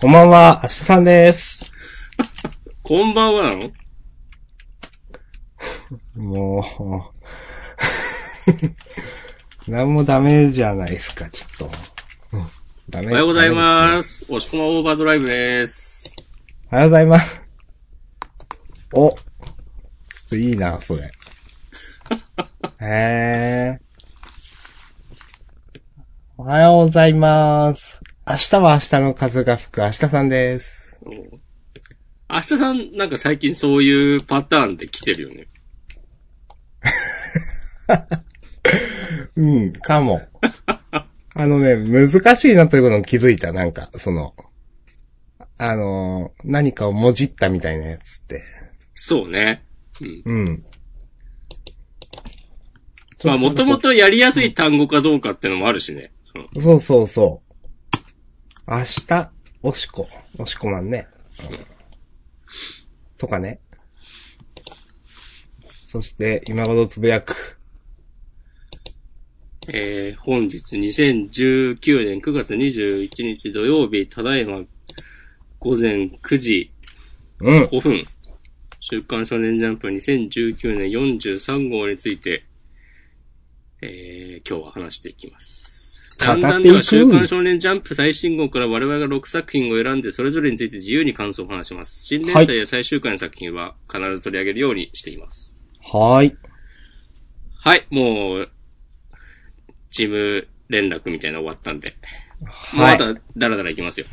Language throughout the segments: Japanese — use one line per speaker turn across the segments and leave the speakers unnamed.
こんばんは、明日さんです。
こんばんはなの
もう、 なんもダメじゃないですか、ちょっと。ダメ
おはようございます。おしこまオーバードライブです。
す。おはようございます。お、ちょっといいな、 それ。へえ。おはようございます。明日は明日の風が吹く明日さんです。
明日さん、なんか最近そういうパターンで来てるよね。
うん、かも。 あのね、難しいなということに気づいた、なんか、その、あのー何かをもじったみたいなやつって。
そうね。うん。
うん。
まあ、もともとやりやすい単語かどうかってのもあるしね。その
そうそうそう。明日、おしこ。おしこまんね。とかね。そして、今ごとつぶやく。
えー、本日2019年9月21日土曜日、ただいま午前9時
うん。
5分。週刊少年ジャンプ2019年43号について、えー、今日は話していきます。
語っていく
だんだんでは週刊少年ジャンプ最新号から我々が6作品を選んでそれぞれについて自由に感想を話します。新連載や最終回の作品は必ず取り上げるようにしています。
はーい。
はい、もう、チーム連絡みたいなの終わったんで。
は
まだ、だらだらいきますよ。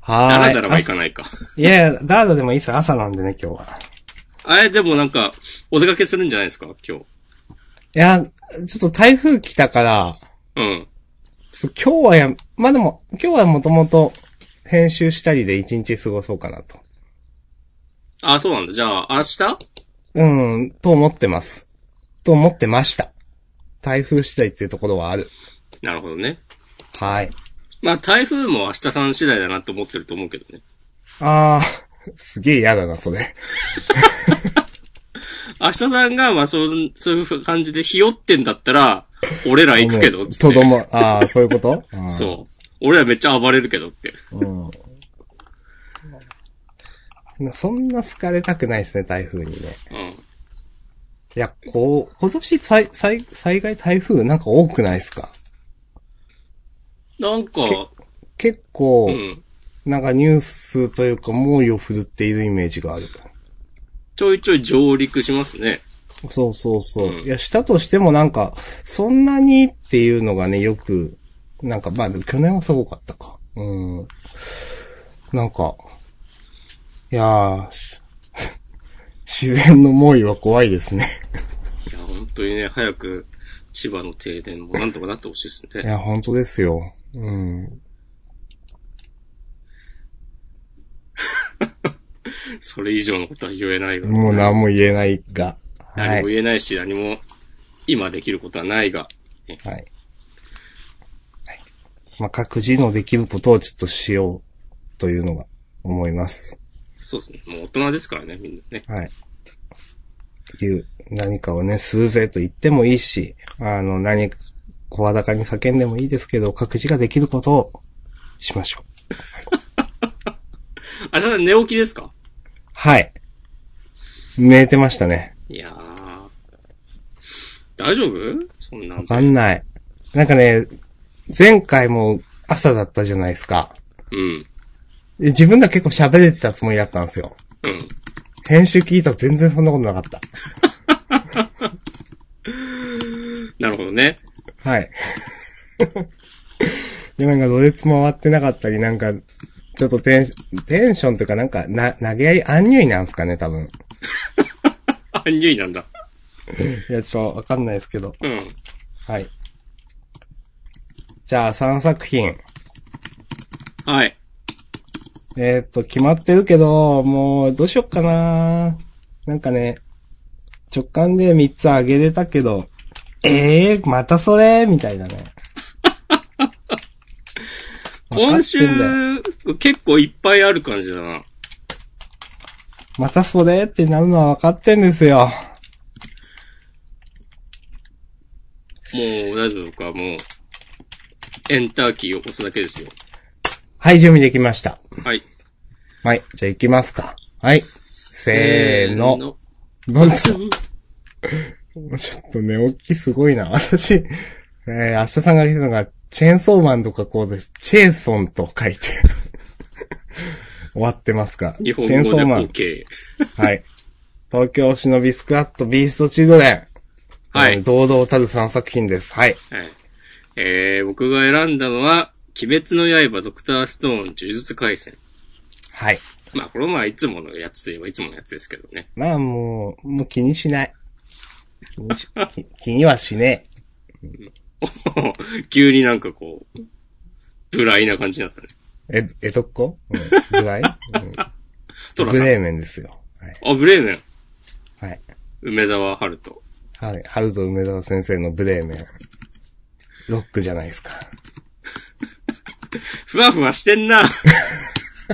はー
だ
い。
らだらはいかないか。
いやいや、ダーダでもいいっすよ朝なんでね、今日は。
あれ、でもなんか、お出かけするんじゃないですか今
い
日。
や、ちょっと台風来たから、
うん。
そう今日はや、まあ、でも、今日はもともと編集したりで一日過ごそうかなと。
あ、そうなんだ。じゃあ、明日
うん、と思ってます。と思ってました。台風次第っていうところはある。
なるほどね。
はい。
まあ、台風も明日さん次第だなと思ってると思うけどね。
あー、すげえ嫌だな、それ。
明日さんが、まあ、そう、そういう感じでひよってんだったら、俺ら行くけど、つっ
とど
て。
も、あー、そういうことあー
そう。俺らめっちゃ暴れるけどって。
うん。そんな好かれたくないですね、台風にね。
うん。
いや、こう、今年災、災、災害台風なんか多くないですか
なんか、
結構、
うん。
なんかニュースというか猛威を振るっているイメージがある。
ちょいちょい上陸しますね。
そうそうそう。
うん
いや、したとしてもなんか、そんなにっていうのがね、よく、なんか、まあ、でも去年はすごかったか。うん。なんか、いやー、 し自然の猛威は怖いですね。
いや、本当にね、早く、千葉の停電もなんとかなってほしいです
い
ね。
や、本当ですよ。うん。
それ以上のことは言えないが。
もう何も言えないが。は
何
い。
も
はい。
言えないし、何も、今できることはないが。ね
はい。まあ、各自のできることをちょっとしようというのが思います。
そうですね。もう大人ですからね、みんなね。
はい。いう、何かをね、するぜと言ってもいいし、あの、何、声高に叫んでもいいですけど、各自ができることをしましょう。
明日さん寝起きですか
はい。寝てましたね。
いやー。大丈夫そんなん
わかんない。なんかね、前回も朝だったじゃないですか。
うん。
で自分が結構喋れてたつもりだったんですよ。
うん。
編集聞いたら全然そんなことなかった。
なるほどね。
はい。 で、なんか、ろれつ回ってなかったり、なんか、ちょっとテンション、テンションというか、なんか、な、投げ合い、アンニュイなんすかね、多分。
あ、ニュイなんだ。
いや、ちょっとわかんないですけど。
うん。
はい。じゃあ、3作品。
はい。
えーっと、決まってるけど、もう、どうしよっかななんかね、直感で3つあげれたけど、えー、またそれみたいな ね。
今
わ
週
かってんだよ、
結構いっぱいある感じだな。
またそれってなるのは分かってんですよ。
もう大丈夫か、もう。エンターキーを押すだけですよ。
はい。はい、準備できました。
はい。
はい、じゃあ行きますか。はい。せーの。。なんつちょっと寝起きすごいな。私、えー、明日さんが来たのが、チェーンソーマンとかこうです。チェーソンと書いて、 終わってますか。
日本
チェーン
語
ソ
で
ーマン。
OK。
はい。東京忍びスクワットビーストチルドレン。
はい
うん堂々たる3作品です。はい。
はい。えー、僕が選んだのは、鬼滅の刃、ドクターストーン、呪術廻戦。
はい。
まあ、これはまあ、いつものやつといえばいつものやつですけどね。
まあもう、もう気にしない。気にし気気にはしねえ。
急になんかこう、無頼な感じになったね。
え、えとっこうん。ぐらい、う
ト
ん、
ラ
ブ
さん。
レーメンですよ。はい。
あ、ブレーメン。
はい。
梅沢春人。
はい。春と梅沢先生のブレーメン。ロックじゃないですか。
ふわふわしてんな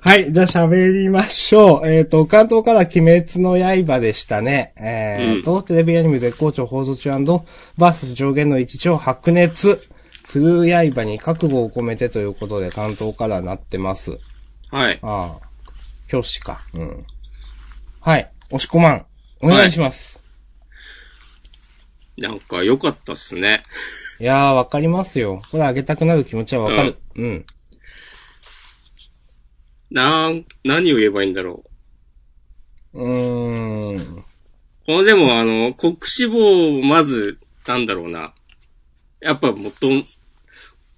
はい。じゃあ喋りましょう。えっ、と、関東から鬼滅の刃でしたね。えー
うん
と、テレビアニメ絶好調放送中バース上限の一兆白熱。古い刃に覚悟を込めてということで関東からなってます。
はい。
ああ。教師か。うん。はい。押し込まん。お願いします。
なんか良かったっすね。
い、やー、わかりますよ。これあげたくなる気持ちはわかる。うん。
なん、何を言えばいいんだろう。
うーん。
このでもあの、国志望をまず、なんだろうな。やっぱもっと、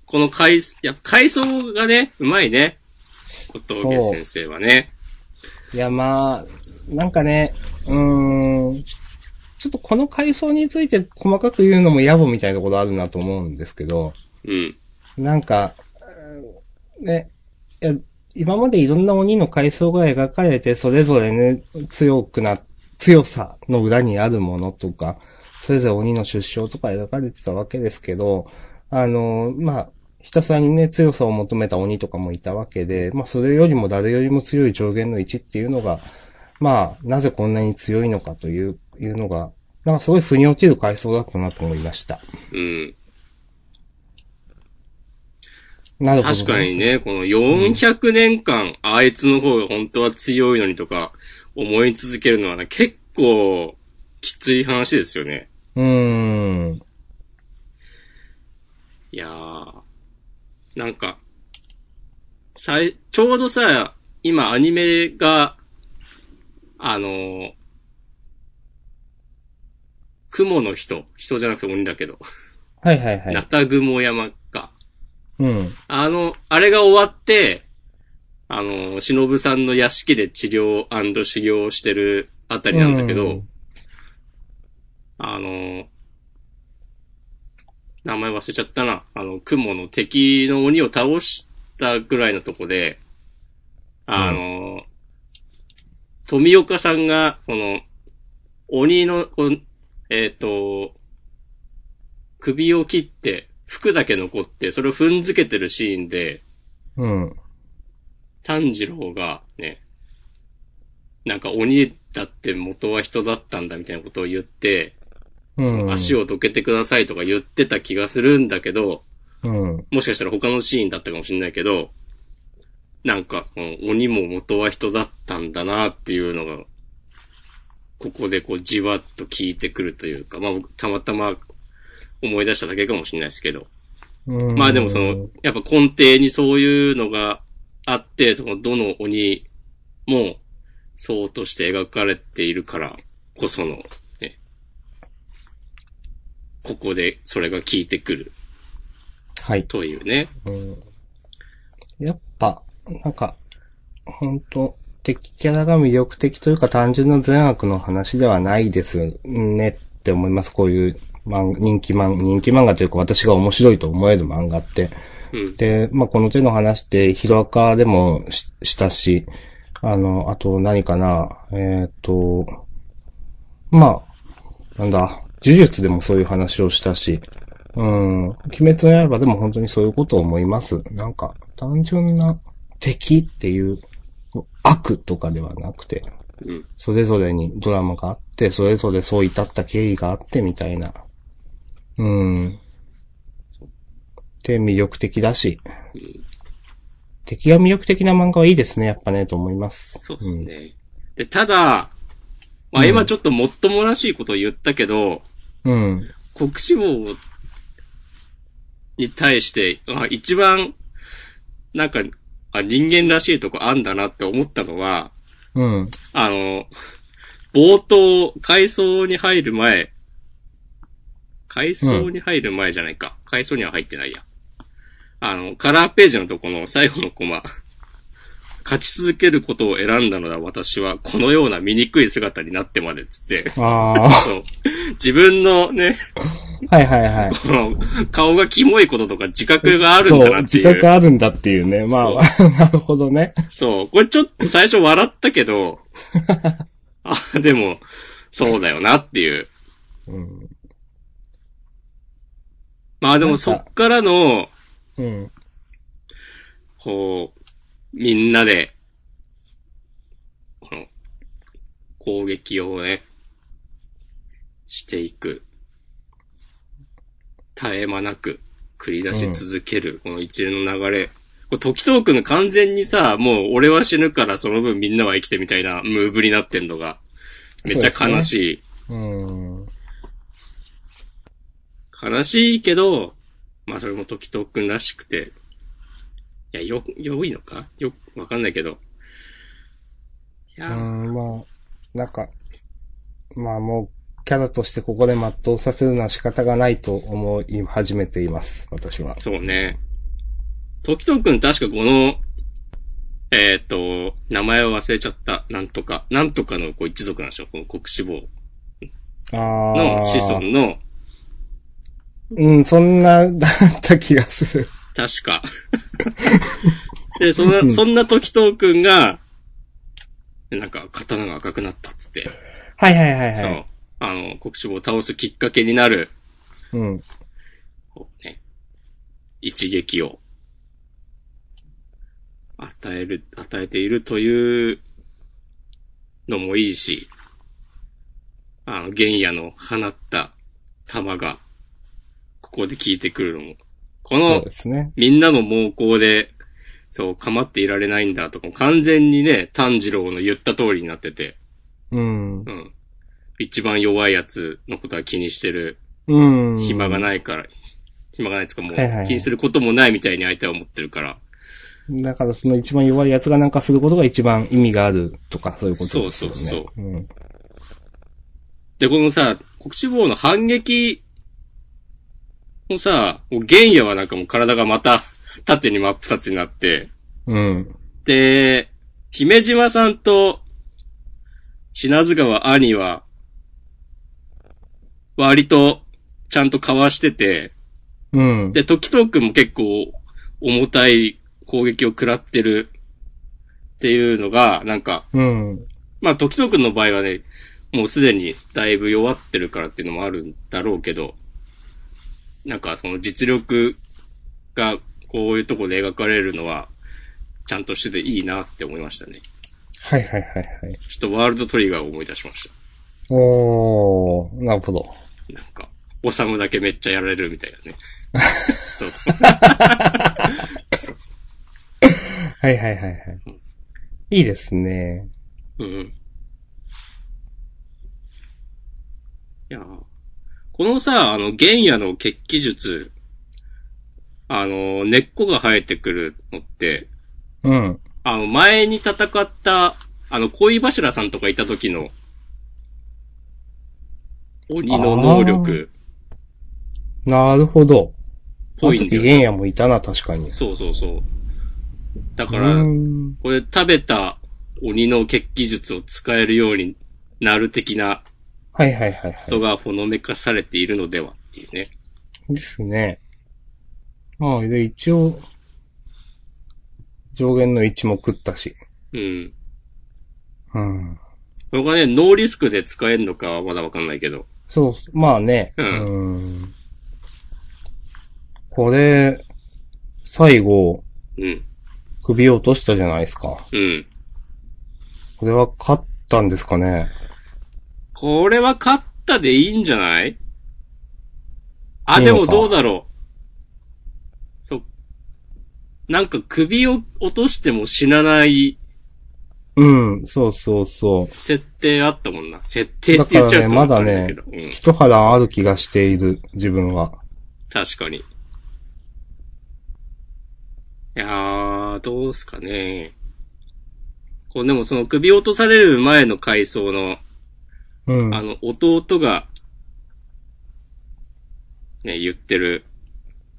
この階、いや、階層がね、うまいね。小峠先生はね。
いや、まあ、なんかね、うーん。ちょっとこの階層について細かく言うのも野暮みたいなところあるなと思うんですけど、
うん。
なんか、うんね、いや今までいろんな鬼の階層が描かれて、それぞれね、強くな、強さの裏にあるものとか、それぞれ鬼の出生とか描かれてたわけですけど、あの、まあ、ひたすらにね、強さを求めた鬼とかもいたわけで、まあ、それよりも誰よりも強い上限の1っていうのが、まあ、なぜこんなに強いのかという、いうのが、なんかすごい腑に落ちる階層だったなと思いました。
うん。
なるほど、
確かにね、この400年間、あいつの方が本当は強いのにとか、思い続けるのはね、結構、きつい話ですよね。
うーん。
いやー。なんか、さい、ちょうどさ、今アニメが、あのー、雲の人、人じゃなくて鬼だけど、
はいはいはい
な。た雲山か。
うん。
あの、あれが終わって、あの、忍さんの屋敷で治療修行してるあたりなんだけど、
うん
あの、名前忘れちゃったな。あの、雲の敵の鬼を倒したぐらいのとこで、あの、富岡さんが、この、鬼の、このえっ、と、首を切って、服だけ残って、それを踏んづけてるシーンで、
うん。
炭治郎がね、なんか鬼だって元は人だったんだみたいなことを言って、その足
を。
をどけてくださいとか言ってた気がするんだけど、
うん。
もしかしたら他のシーンだったかもしれないけど、なんか、この鬼も元は人だったんだなっていうのが、ここでこうじわっと聞いてくるというか、まあ僕たまたま思い出しただけかもしれないですけど、
うん
まあでもその、やっぱ根底にそういうのがあって、そのどの鬼もそうとして描かれているからこその、ね、ここでそれが効いてくる
はい。
というね。
うんやっぱ、なんか、ほんと、敵キャラが魅力的というか単純な善悪の話ではないですよねって思います。こういう漫人気漫、人気漫画というか私が面白いと思える漫画って。
うん。
で、まあ、この手の話って、ヒロアカでもししたし、あの、あと何かな、えっ、と、まあ、なんだ、呪術でもそういう話をしたし、うん、鬼滅の刃でも本当にそういうことを思います。なんか、単純な敵っていう、悪とかではなくて、
うん。
それぞれにドラマがあって、それぞれそう至った経緯があってみたいな。うん。て魅力的だし、敵が魅力的な漫画はいいですね、やっぱね、と思います。
そうです
ん。
ね。で、ただ、まあ今ちょっともっともらしいことを言ったけど、
うん。
国志望に対して、あ一番、なんか、あ人間らしいとこあんだなって思ったのは、
うん。
あの、冒頭、階層に入る前、階層に入る前じゃないか。階層には入ってないや。あの、カラーページのとこの最後のコマ。勝ち続けることを選んだのだ私は、このような醜い姿になってまで、つって。
ああ、
そう自分のね、
はいはいはい。
この顔がキモいこととか自覚が あるんだなってい
そう、自
う。
覚あるんだっていうね。まあ、 なるほどね。
そう。これちょっと最初笑ったけど、 あ、でも、そうだよなっていう。
うん。
まあでもそっからの、
うん。
こう、みんなで、この、攻撃をね、していく。絶え間なく繰り出し続ける、この一連の流れ。これ時東くんが完全にさ、もう俺は死ぬからその分みんなは生きてみたいなムーブになってんのが、めっちゃ悲しい。
うん。
悲しいけど、まあそれも時藤くんらしくて、いや、よ、良いのかよ、わかんないけど。いや、
うん、まあ、なんか、まあもう、キャラとしてここで全うさせるのは仕方がないと思い始めています、私は。
そうね。時藤くん確かこの、えっ、と、名前を忘れちゃった。なんとか、なんとかのこう一族なんでしょこの国志望
あ
の
あ。
子孫の、
うん、そんな、だった気がする。
確か。 で、そんな、そんな時藤くんが、なんか刀が赤くなったっつって。
はいはいはい
そ
は
の、あの、国志望を倒すきっかけになる、
い。うん。
こうね、一撃を、与える、与えているというのもいいし、あの、玄野の放った弾が、ここで効いてくるのも、
そ
こ
う
の
で、すね。
みんなの猛攻で、そう、構っていられないんだとか、完全にね、炭治郎の言った通りになってて、
うん。
うん。一番弱いやつのことは気にしてる
うん。
暇が
い。
ないから、暇がないですか、もう
はいはいはい
気にすることもないみたいに相手は思ってるから。
だからその一番弱いやつがなんかすることが一番意味があるとか、そういうことですよね。。
そうそう
うん。
で、このさ、国志望の反撃もさ、もう玄野はなんかもう体がまた縦に真っ二つになって、
うん。
で、姫島さんと品津川兄は、割とちゃんと交わしてて、
うん。
で、時藤くんも結構重たい攻撃を食らってるっていうのが、なんか、
うん。
まあ時藤くんの場合はね、もうすでにだいぶ弱ってるからっていうのもあるんだろうけど、なんかその実力がこういうとこで描かれるのは、ちゃんとしてていいなって思いましたね。
はいはいはいはい。
ちょっとワールドトリガーを思い出しまし
おー、なるほど。
た。なんか、おさむだけめっちゃやられるみたいなね。そうそう。そうそ
はいはいはいはい。いいですね。
う。うんうん。いやーこのさ、あの、玄野の血気術、あの、根っこが生えてくるのって、
うん。
あの、前に戦った、あの、恋柱さんとかいた時の、鬼の能力
なるほど。
っ
あ
ぽ
の
いんだ
時、
よ
ゲン
ね。
ヤもいたな、確かに。
そうそうそう。だ
う
から、
ん。
これ食べた鬼の血気術を使えるようになる的な
はいはいはいは
人がほのめかされているのではっていうね。
い。ですね。まあ、で、一応、上限の1も食ったし。
うん。
うん。
これがね、ノーリスクで使えるのかはまだわかんないけど。
そう、まあね。
うん
んこれ、最後、
うん。
首を落としたじゃないですか。
うん。
これは勝ったんですかね。
これは勝ったでいいんじゃないあ、でもどうだろう。なんか首を落としても死なない
うん、そうそうそう。
設定あったもんな。設定って言っちゃうと
だから
あ
ねま
れだ
だ
け
ね
ど。うん。
一肌ある気がしている、自分は。
確かに。いやー、どうすかね。こう、でもその首落とされる前の回想の、
うん。
あの、弟が、ね、言ってる、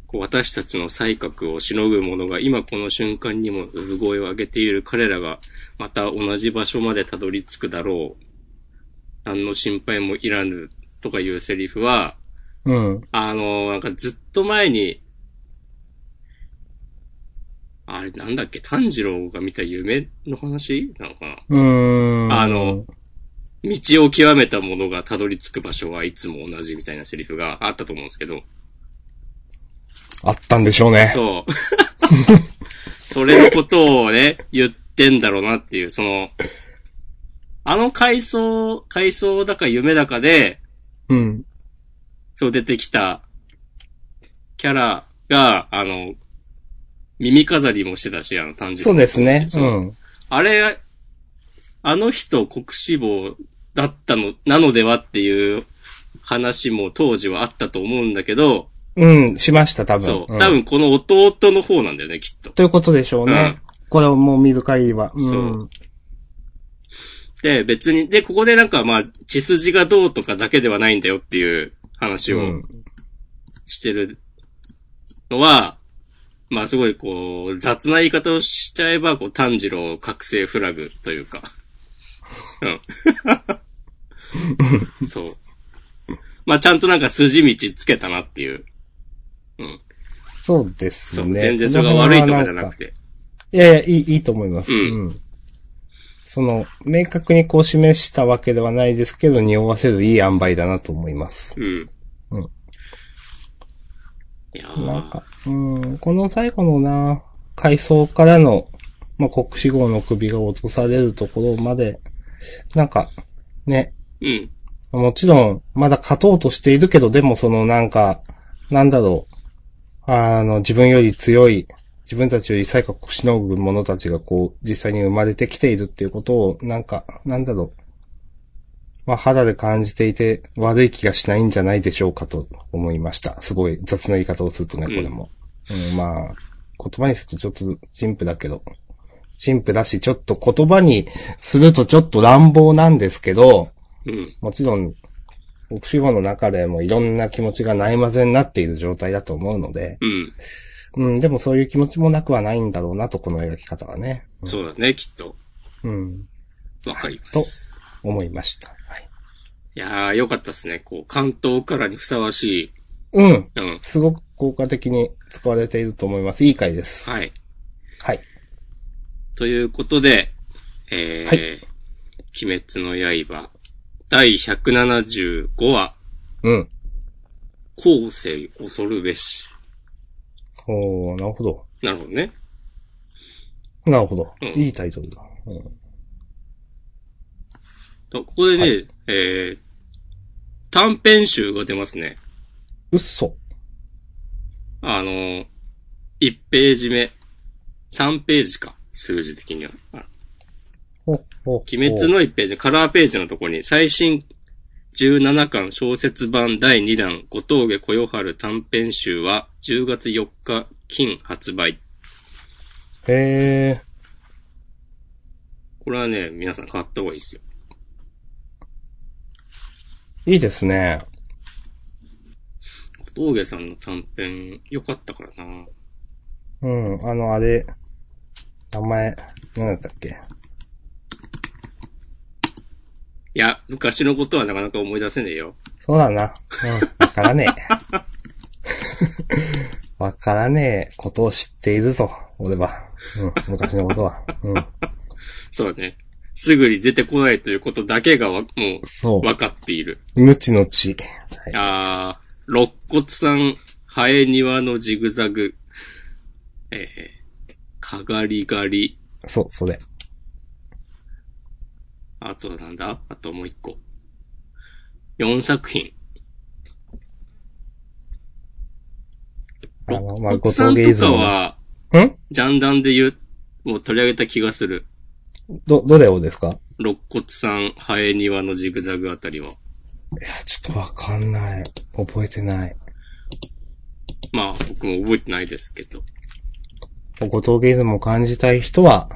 こう私たちの才覚をしのぐ者が今この瞬間にも産声を上げている彼らが、また同じ場所までたどり着くだろう。何の心配もいらぬ、とかいうセリフは、
うん。
あの、なんかずっと前に、あれなんだっけ、炭治郎が見た夢の話なのかな
うーん。
あの、道を極めた者がたどり着く場所はいつも同じみたいなセリフがあったと思うんですけど。
あったんでしょうね。
そう。 それのことをね、言ってんだろうなっていう、その、あの回想、回想だか夢だかで、
うん。
そう出てきたキャラが、あの、耳飾りもしてたし、あの、単純
そうですね。う。
そうんあれ、あの人国志望だったの、なのではっていう話も当時はあったと思うんだけど、
うん、しました、多分。
そう。
ん
多分この弟の方なんだよね、きっと。
ということでしょうね。これをもう見る限りは。うん、
そうで、別に、で、ここでなんかまあ、血筋がどうとかだけではないんだよっていう話
う
を
ん。
してるのは、まあすごいこう、雑な言い方をしちゃえば、こう、炭治郎覚醒フラグというか。 うん。そう。まあちゃんとなんか筋道つけたなっていう。うん。
そうで
そ
す
う。
ね。
全然それが悪いとかじゃなく
て。
て。
いやいや、いい、いいと思います。
うん
うん。その、明確にこう示したわけではないですけど、匂わせるいい塩梅だなと思います。
うん。
うん。
いや
なん
ー
か、うん、この最後のな、階層からの、まあ、国士号の首が落とされるところまで、なんか、ね、
うん。
もちろん、まだ勝とうとしているけど、でもそのなんか、なんだろう、あの、自分より強い、自分たちより才覚をしのぐ者たちがこう、実際に生まれてきているっていうことを、なんか、なんだろう、まあ、肌で感じていて、悪い気がしないんじゃないでしょうかと思いました。すごい雑な言い方をするとね、これも。うん、まあ、言葉にするとちょっと陳腐だけど、陳腐だし、ちょっと言葉にするとちょっと乱暴なんですけど、
うん。
もちろん、死後の中でもいろんな気持ちがないまぜになっている状態だと思うので、
うん。
うん、でもそういう気持ちもなくはないんだろうなと、この描き方はね。
そうだね、きっと。
うん、
わかります。
思いました。はい。
いやー、よかったっすね。こう、関東からにふさわしい。
うん、
うん。
すごく効果的に使われていると思います。いい回です。
はい。
はい。
ということで、えー、鬼滅の刃、第175話、
うん。
後世恐るべし。
おー、なるほど。
なるほどね。
なるほど。
うん
いいタイトルだ。うん
とここでね、
は
えー、短編集が出ますね。
うっそ。
あのー、1ページ目、3ページか、数字的には。あ
ほほ
鬼滅の1ページ、カラーページのとこに、最新17巻小説版第2弾、小峠小夜春短編集は、10月4日、金発売。
へ
これはね、皆さん買った方がいいですよ。
ー、いいですね。
小峠さんの短編、良かったからな
うん、あの、あれ、名前、何だったっけ
いや、昔のことはなかなか思い出せねえよ。
そうだな。うん。わからねえ。わからねえことを知っているぞ、俺は。うん。昔のことは。うん。
そうだね。すぐに出てこないということだけがわ、も、
そう
分かっている。
う。無知の知。はい。
あー、肋骨さん、ハエ庭のジグザグ、えー、かがりがり、
そう、それ。
あとなんだあともう一個。4作品。
あの、まあ、
肋
ご
骨さ
当
ん
芸イ
と
ズ
か
ムの。
は、
ん
ジャンダンで言う、もう取り上げた気がする。
ど、どれをですか
肋骨さん、ハエ庭のジグザグあたりは。
いや、ちょっとわかんない。覚えてない。
まあ、僕も覚えてないですけど。
ご当ゲイズムを感じたい人は、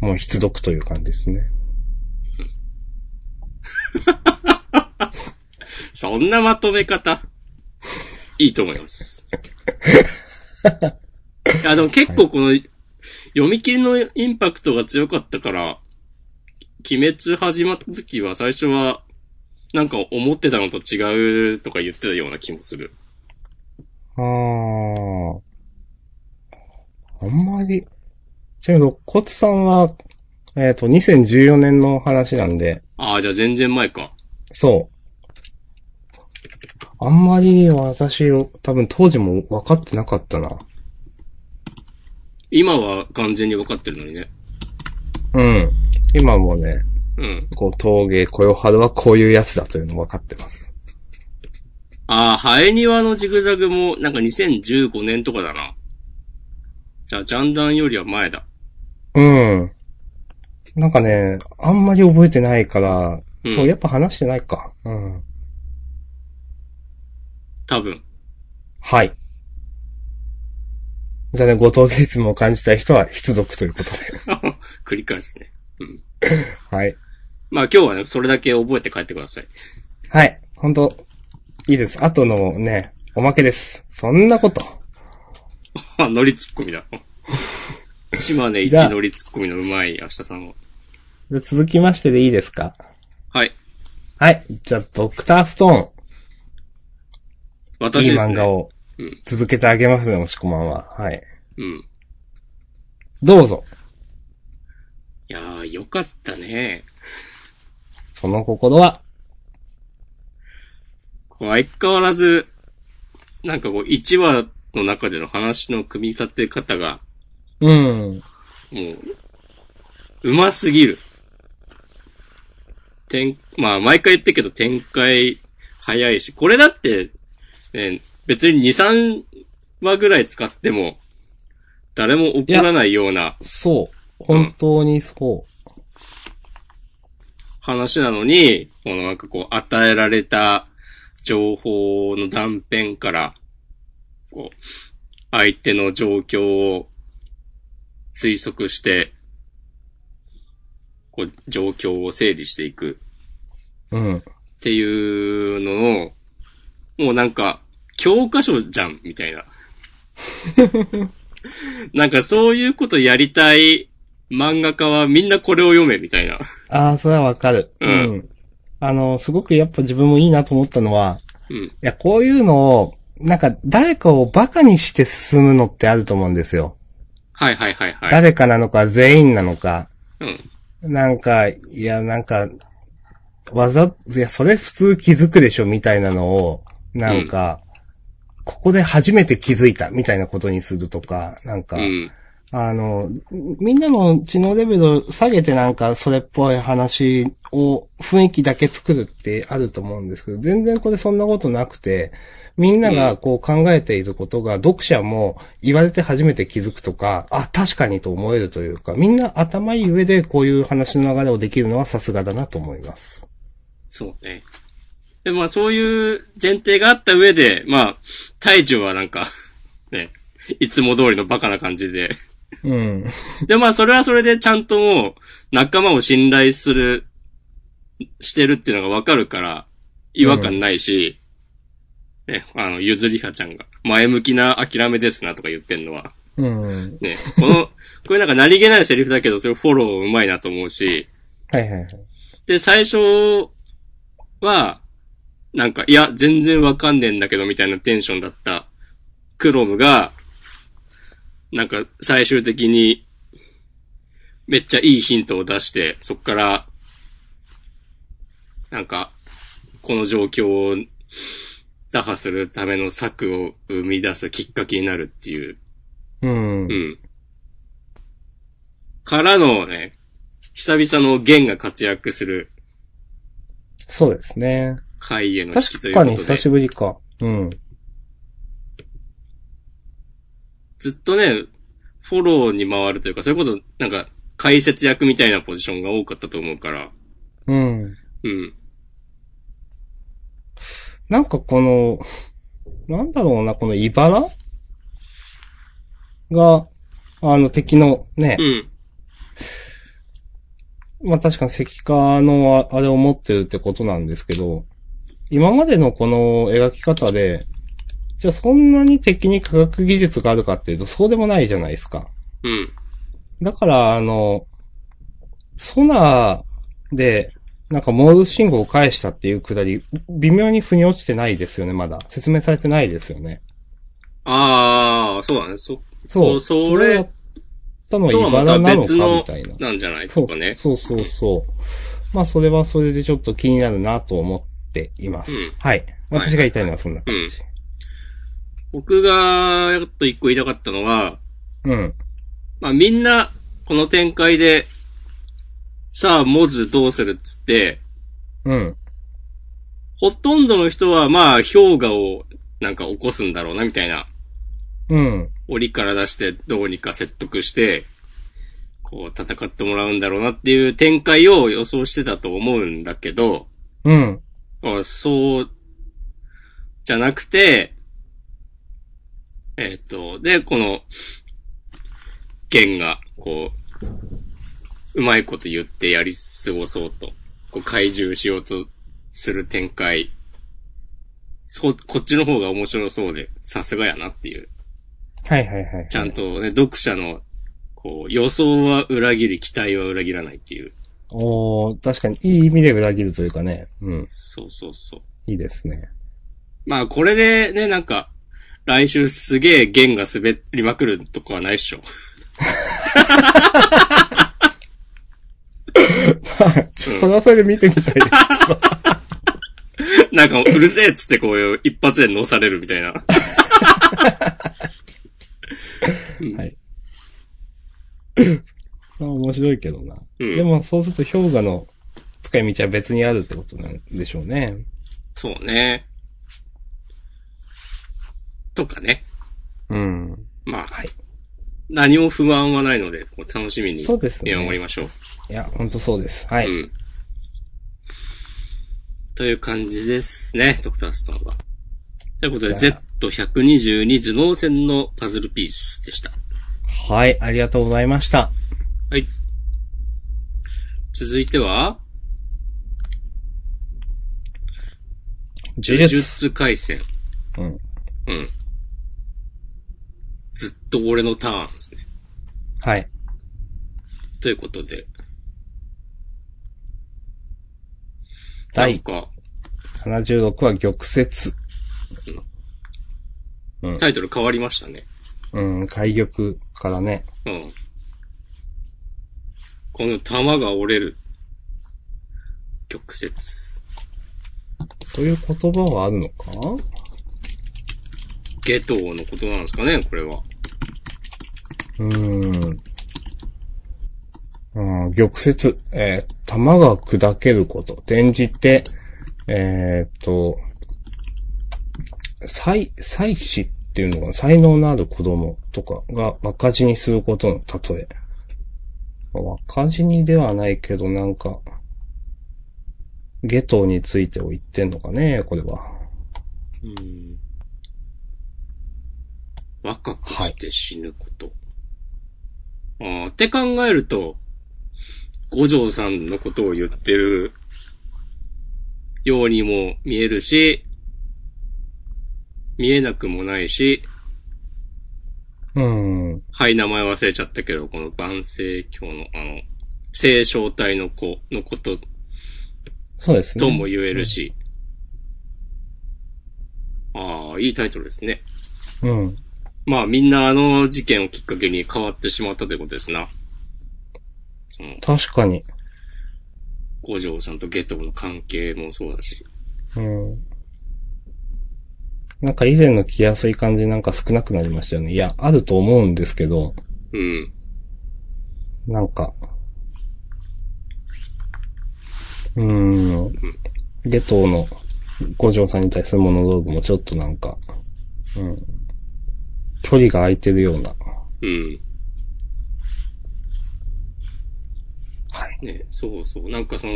もう必読という感じですね。
そんなまとめ方、いいと思います。いや、でも結構この、読み切りのインパクトが強かったから、鬼滅始まった時は最初は、なんか思ってたのと違うとか言ってたような気もする。
あー。あんまり。ちなみに、肋骨さんは、えっ、と、2014年の話なんで、
ああ、じゃあ全然前か。
そう。あんまり私を、多分当時も分かってなかったな。
今は完全に分かってるのにね。
うん。今もね、
うん。
こう、陶芸、小ヨハルはこういうやつだというの分かってます。
ああ、ハエニワのジグザグも、なんか2015年とかだな。じゃあ、ジャンダンよりは前だ。
うん。なんかね、あんまり覚えてないから、
うん
そう、やっぱ話してないか。うん。
多分。
はい。じゃあね、ご当芸術も感じたい人は必読ということで。
繰り返すね。うん。
はい。
まあ今日はね、それだけ覚えて帰ってください。
はい。ほんと、いいです。あとのね、おまけです。そんなこと。
あ、乗りツッコミだ。 島根一
じゃあ
乗りツッコミのうまい明日さんを。
じゃあ続きましてでいいですか
はい。
はい。じゃあ、ドクターストーン。
私
いい
です
漫画
ね。
を
うん
続けてあげますね、もしこまんは。はい。
うん。い
どうぞ。
やー、よかったね。
その心は、
こう相変わらず、なんかこう、1話の中での話の組み立て方が、
うん。
もう、うますぎる。展、まあ、毎回言ってるけど展開早いし、これだって、ね、別に2、3話ぐらい使っても、誰も怒らないような
そう。本当にそ
話なのに、このなんかこう、与えられた情報の断片から、こう、相手の状況を推測して、こう、状況を整理していく。
う。うん。
っていうのを、もうなんか、教科書じゃん、みたいな。なんかそういうことやりたい漫画家はみんなこれを読め、みたいな。
ああ、それはわかる。
うん
あの、すごくやっぱ自分もいいなと思ったのは、
うん。
いや、こういうのを、なんか誰かをバカにして進むのってあると思うんですよ。
はいはいはいはい。
誰かなのか全員なのか。
うん。
なんか、いや、なんか、わざ、いや、それ普通気づくでしょ、みたいなのを、なんか、ここで初めて気づいた、みたいなことにするとか、なんか、
うん。
あの、みんなの知能レベルを下げてなんかそれっぽい話を雰囲気だけ作るってあると思うんですけど、全然これそんなことなくて、みんながこう考えていることが読者も言われて初めて気づくとか、あ、確かにと思えるというか、みんな頭いい上でこういう話の流れをできるのはさすがだなと思います。
そうね。で、まあそういう前提があった上で、まあ、大樹はなんか、 ね、いつも通りのバカな感じで。
うん。
で、まあそれはそれでちゃんともう仲間を信頼する、してるっていうのがわかるから、違和感ないし、ね、あの、ゆずりはちゃんが、前向きな諦めですなとか言ってんのは、
うん。
ね、この、 これなんか何気ないセリフだけど、それフォローうまいなと思うし、
はいはいはい。
で、最初は、なんか、いや、全然わかんねえんだけど、みたいなテンションだった、クロムが、なんか、最終的に、めっちゃいいヒントを出して、そっから、なんか、この状況を打破するための策を生み出すきっかけになるっていう
うん
う。ん。からのね、久々のゲンが活躍する
そうですね。
回への引きとい
確
うこ
か
とで。
に久しぶりか。うん。
ずっとね、フォローに回るというか、それこそ、なんか、解説役みたいなポジションが多かったと思うから、
うん。
うん。
なんかこの、なんだろうな、この茨が、あの敵のね
う、ん。
まあ確かに石化のああれを持ってるってことなんですけど、今までのこの描き方で、じゃあそんなに敵に科学技術があるかっていうとそうでもないじゃないですか。
うん。
だから、あの、ソナーで、なんかモールス信号を返したっていうくだり、微妙に腑に落ちてないですよね、まだ。説明されてないですよね。
ああ、そうだね。そ、
そ。
そうそれ
をやったのは
とはま
茨
た
なの
別
かみ
の
たいな。、
なんじゃない
そ
と
う
かね。
そうそうそう。まあ、それはそれでちょっと気になるなと思っています。
うん
はい。私が言いたいのはそんな感じ。
僕が、ちょっと一個言いたかったのは、
うん。
まあみんな、この展開で、さあ、モズどうするっつって、
うん。
ほとんどの人は、まあ、氷河を、なんか起こすんだろうな、みたいな。
うん。
檻から出して、どうにか説得して、こう、戦ってもらうんだろうなっていう展開を予想してたと思うんだけど、
うん。
あそう、じゃなくて、えっ、と、で、この、剣が、こう、うまいこと言ってやり過ごそうと、こう、怪獣しようとする展開。そ、こっちの方が面白そうで、さすがやなっていう。
はいはいはい。
ちゃんとね、読者の、こう、予想は裏切り、期待は裏切らないっていう。
おー確かにいい意味で裏切るというかね。うん。
そうそうそう。
いいですね。
まあこれでね、なんか、来週すげえ弦が滑りまくるとこはないっしょ。
ちょっとそれはそれで見てみたい です。
なんか、うるせえっつってこういう一発で乗されるみたいな。
はい。 まあ面白いけどな。
うん
でもそうすると氷河の使い道は別にあるってことなんでしょうね。
そうね。とかね。
うん。
まあ、
はい
何も不安はないので、こう楽しみに
そうですね
見守りましょう。
いや、ほんとそうです。はい。
うん。という感じですね、ドクターストーンは。ということで、
じゃ
Z122 頭脳戦のパズルピースでした。
はい、ありがとうございました。
はい。続いては、
呪術。
呪術回戦。
うん。
うん。ずっと俺のターンですね。
はい。
ということで。な
第
んか、
76は玉折。うん
タイトル変わりましたね。
うん、海玉からね。
うん。この玉が折れる。曲折。
そういう言葉はあるのか
下等のことなんですかね、これは。
うん。うん、玉折。えー玉が砕けること。転じて、えーっと、才、才子っていうのが、才能のある子供とかが若字にすることの例え。若字にではないけど、なんか、下等についてを言ってんのかね、これは。
うん。若くして死ぬこと。ああ、って考えると、五条さんのことを言ってるようにも見えるし、見えなくもないし、
うん。
はい、名前忘れちゃったけど、この万世教のあの、聖正体の子のこと
そうですね。
とも言えるし。ああ、いいタイトルですね。
うん。
まあみんなあの事件をきっかけに変わってしまったということですな。その、
確かに。
五条さんとゲトの関係もそうだし。
うん。なんか以前の着やすい感じなんか少なくなりましたよね。いや、あると思うんですけど、
うん。
なんか。うーん。ゲトの五条さんに対するモノローグもちょっとなんか、うん。距離が空いてるような。
うん。
はい。
ね、そうそう。なんかその、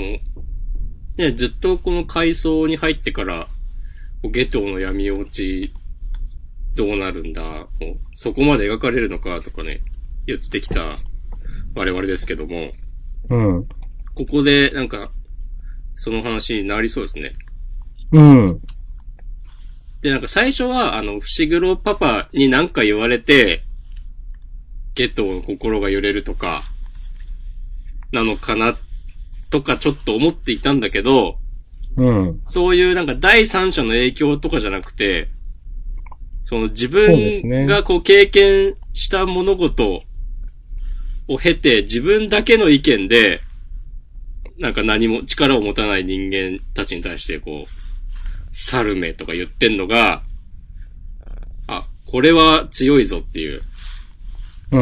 ね、ずっとこの階層に入ってから、こうゲトの闇落ち、どうなるんだ、もうそこまで描かれるのか、とかね、言ってきた我々ですけども、
うん。
ここで、なんか、その話になりそうですね。
うん。
で、なんか最初は、あの、伏黒パパに何か言われて、ゲットの心が揺れるとか、なのかな、とかちょっと思っていたんだけど、
うん。
そういうなんか第三者の影響とかじゃなくて、その自
そうですね
分がこう経験した物事を経て自分だけの意見で、なんか何も力を持たない人間たちに対してこう、サルメとか言ってんのが、あ、これは強いぞっていう。
う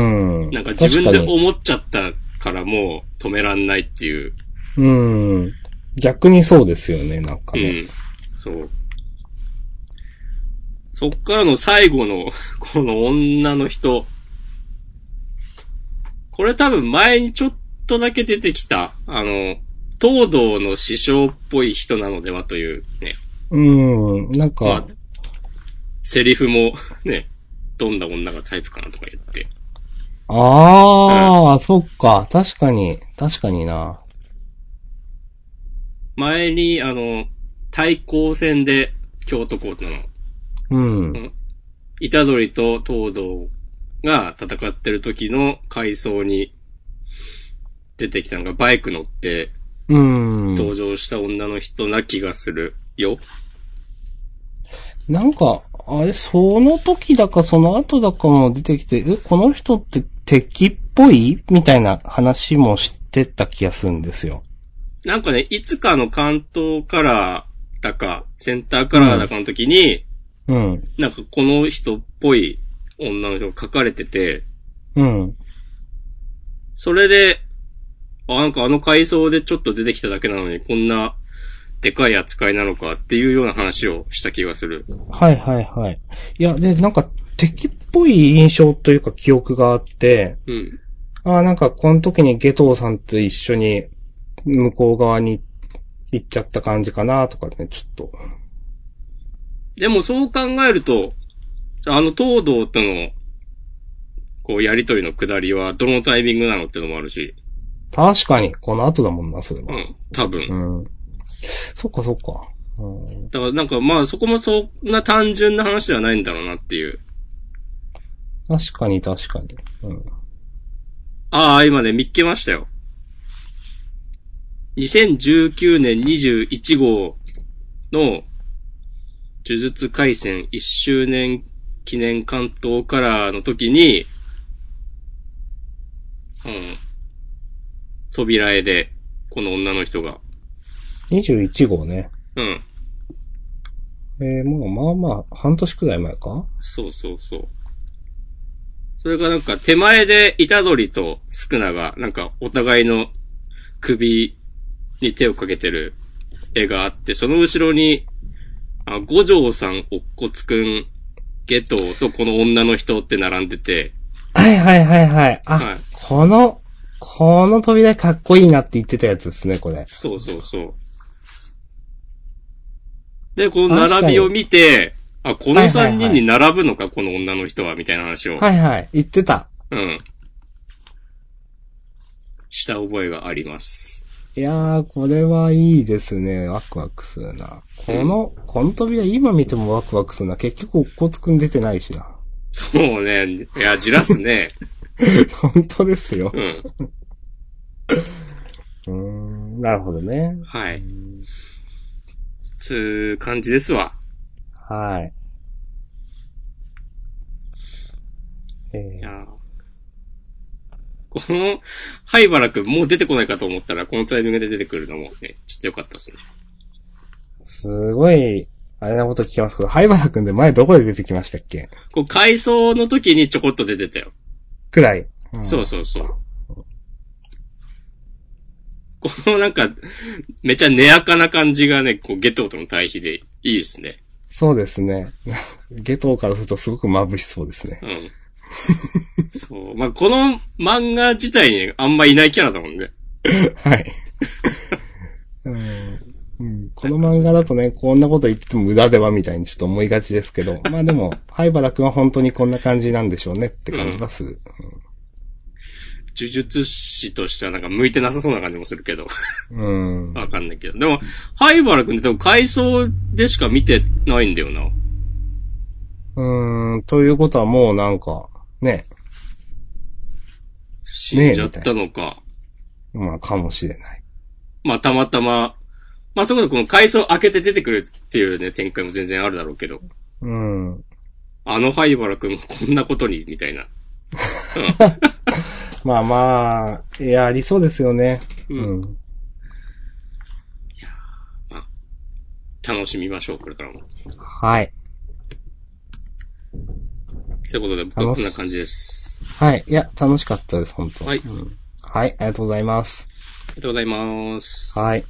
ん。
なんか自分で
確かに
思っちゃったからもう止めらんないっていう。
うん。逆にそうですよね、なんかね。
うん。そう。そっからの最後の、 この女の人。これ多分前にちょっとだけ出てきた、あの、東堂の師匠っぽい人なのではというね。
うん。なん
ま
か
あ、、セリフも ね、どんな女がタイプかなとか言って。
ああ、 そっか。確かに、確かにな。
前に、あの、対抗戦で京都コートの
うん。
虎杖と東堂が戦ってる時の階層に出てきたのがバイク乗って
うん。
登場した女の人な気がするよ。
なんか、あれ、その時だかその後だかも出てきて、え、この人って敵っぽいみたいな話もしてた気がするんですよ。
なんかね、いつかの関東カラーだか、センターカラーだかの時に、
うん。
なんかこの人っぽい女の人が書かれてて、
うん。
それで、あ、なんかあの階層でちょっと出てきただけなのに、こんなでかい扱いなのかっていうような話をした気がする。
はいはいはい。いや、で、なんか敵っぽい印象というか記憶があって、
うん。
ああ、なんかこの時に下等さんと一緒に向こう側に行っちゃった感じかなとかね、ちょっと。
でもそう考えると、あの東堂との、こう、やりとりの下りは、どのタイミングなのってのもあるし、
確かに、この後だもんな、それ
う
は。
ん、多分。
うん。そっかそっか。うん
だからなんか、まあそこもそんな単純な話ではないんだろうなっていう。
確かに確かに。うん。
ああ、今ね、見っけましたよ。2019年21号の、呪術回戦1周年記念関東カラーの時に、うん、扉絵で、この女の人が、
21号ね。
うん、
えー、もうまあまあ、半年くらい前か
そうそうそう。それがなんか手前で虎杖とスクナが、なんかお互いの首に手をかけてる絵があって、その後ろに、あ五条さん、おっこつくん、ゲトウとこの女の人って並んでて、
はいはいはいはい。あ、
はい
この、この扉かっこいいなって言ってたやつですね、これ。
そうそうそう。で、この並びを見て、あ、この3人に並ぶのか、この女の人は、みたいな話を。
はいはい、言ってた。
うん。した覚えがあります。
いやー、これはいいですね。ワクワクするな。この、この扉今見てもワクワクするな。結局、おっこつくん出てない しな。
そうね。いや、じらすね。
本当ですよ。
うん。
うーん、なるほどね。
はい。つう感じですわ。
はい。え
い
ー
やーこの、灰原くんもう出てこないかと思ったら、このタイミングで出てくるのもね、ちょっとよかったですね。
すごい、あれなこと聞きますけど、灰原くんで前どこで出てきましたっけ
こう、回想の時にちょこっと出てたよ。
くらい。
そうそうそう。このなんか、めちゃ根やかな感じがね、こう、ゲトウとの対比でいいですね。
そうですね。 下等からするとすごく眩しそうですね。
うん。そう。まあ、この漫画自体にあんまいないキャラだもんね。
はい。 うんうん、この漫画だとね、こんなこと言っても無駄ではみたいにちょっと思いがちですけど、 まあでも、灰原くんは本当にこんな感じなんでしょうねって感じがする。
呪術師としてはなんか向いてなさそうな感じもするけど。
うん。
わかんないけど。でも、灰原くんって多分回想でしか見てないんだよな。
うん、んということはもうなんか、ね、
死んじゃったのか。
まあかもしれない。
まあ、たまたま、まあ、そこそこの階層開けて出てくるっていうね、展開も全然あるだろうけど、
うん。
あの灰原くんも こんなことに、みたいな。
まあまあ、いや、ありそうですよね。
うん
うん。
楽しみましょう、これからも。
はい。
ということで、僕はこんな感じです。
はい。いや、楽しかったです、本当
はい
うんはい、ありがとうございます。
ありがとうございます。
はい。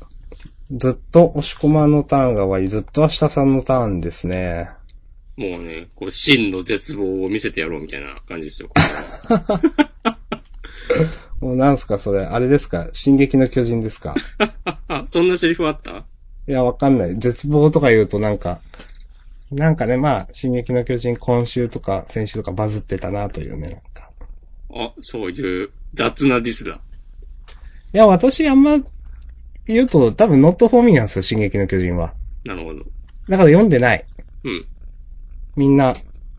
ずっと押し込まんのターンが終わり、ずっと明日さんのターンですね。
もうね、こう、真の絶望を見せてやろうみたいな感じですよ。
もうなんすかそれ、あれですか進撃の巨人です か
あ、そんなセリフあった
いや、わかんない。絶望とか言うとなんか、なんかね、まあ、進撃の巨人今週とか先週とかバズってたなというね、なんか。
あ、そういう雑なディスだ。
いや、私あんま言うと多分ノットフォーミーなんですよ、進撃の巨人は。
なるほど。
だから読んでない。
うん。
みんな、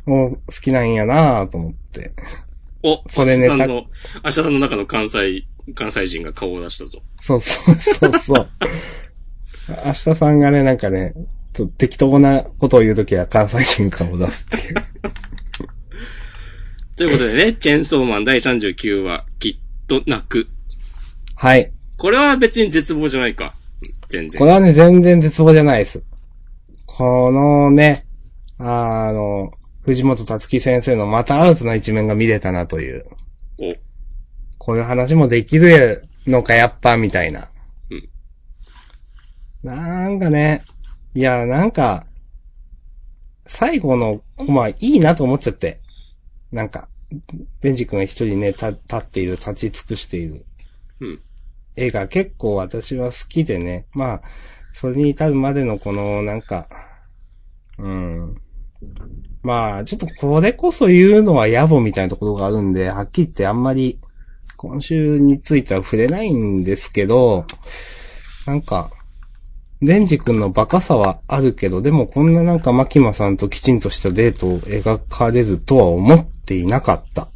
もう好きなんやなと思って。
お、
それネタ
明日さんの、明日さんの中の関西、関西人が顔を出したぞ。
そうそうそうそう。 明日さんがね、なんかね、ちょっと適当なことを言うときは関西人感を出すっていう。
ということでね、チ ェーンソーマン第39話、きっと泣く。
はい。
これは別に絶望じゃないか。全然。
これはね、全然絶望じゃないです。このね、あの、藤本達樹先生のまた新たな一面が見れたなという。
お
こういう話もできるのか、やっぱ、みたいな。
うん
なんかね、いや、なんか、最後のコマいいなと思っちゃって。なんか、デンジ君が一人ね、た立っている、立ち尽くしている
うん。
絵が結構私は好きでね。まあ、それに至るまでのこの、なんか、うん。まあ、ちょっとこれこそ言うのは野暮みたいなところがあるんで、はっきり言ってあんまり、今週については触れないんですけど、なんか、デンジ君のバカさはあるけど、でもこんななんかマキマさんときちんとしたデートを描かれるとは思っていなかった。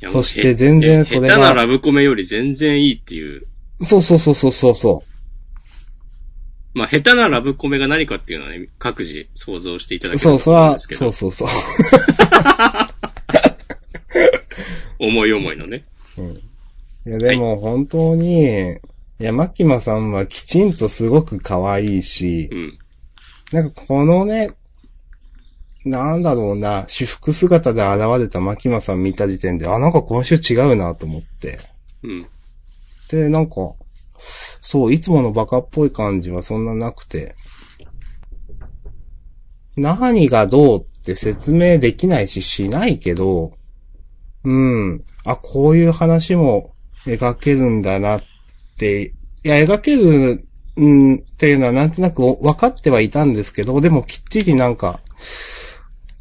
いや
そして全然それが
いや下手なラブコメより全然いいっていう。
そうそうそうそうそうそ
まあ、下手なラブコメが何かっていうのはね、各自想像していただ
う。
け
そう、
れば
そ
と
れ
思うん
は、
ですけ
そ
ど
う、そうそう。
思い思いのね。
いや、でも本当に、い、や、マキマさんはきちんとすごく可愛いし
う、ん。
なんかこのね、なんだろうな、私服姿で現れたマキマさん見た時点で、あ、なんか今週違うなと思って。
うん。
で、なんか、そう、いつものバカっぽい感じはそんななくて、何がどうって説明できないし、しないけど、うん、あ、こういう話も描けるんだなって、いや、描ける、うん、っていうのはなんとなく分かってはいたんですけど、でもきっちりなんか、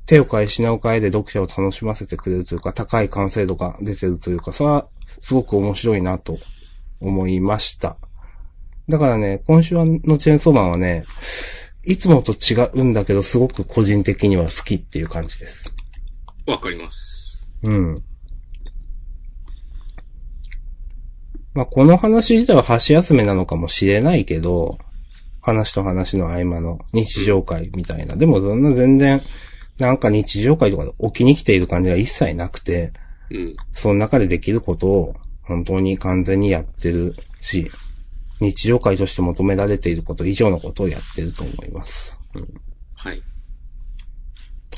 手を変え品を変えで読者を楽しませてくれるというか、高い完成度が出てるというか、それはすごく面白いなと思いました。だからね、今週のチェーンソーマンはね、いつもと違うんだけど、すごく個人的には好きっていう感じです。
わかります。
うん。まあ、この話自体は箸休めなのかもしれないけど、話と話の合間の日常会みたいな。でもそんな全然、なんか日常会とかで起きに来ている感じが一切なくて、
うん。
その中でできることを本当に完全にやってるし、日常会として求められていること以上のことをやってると思います。うん
はい。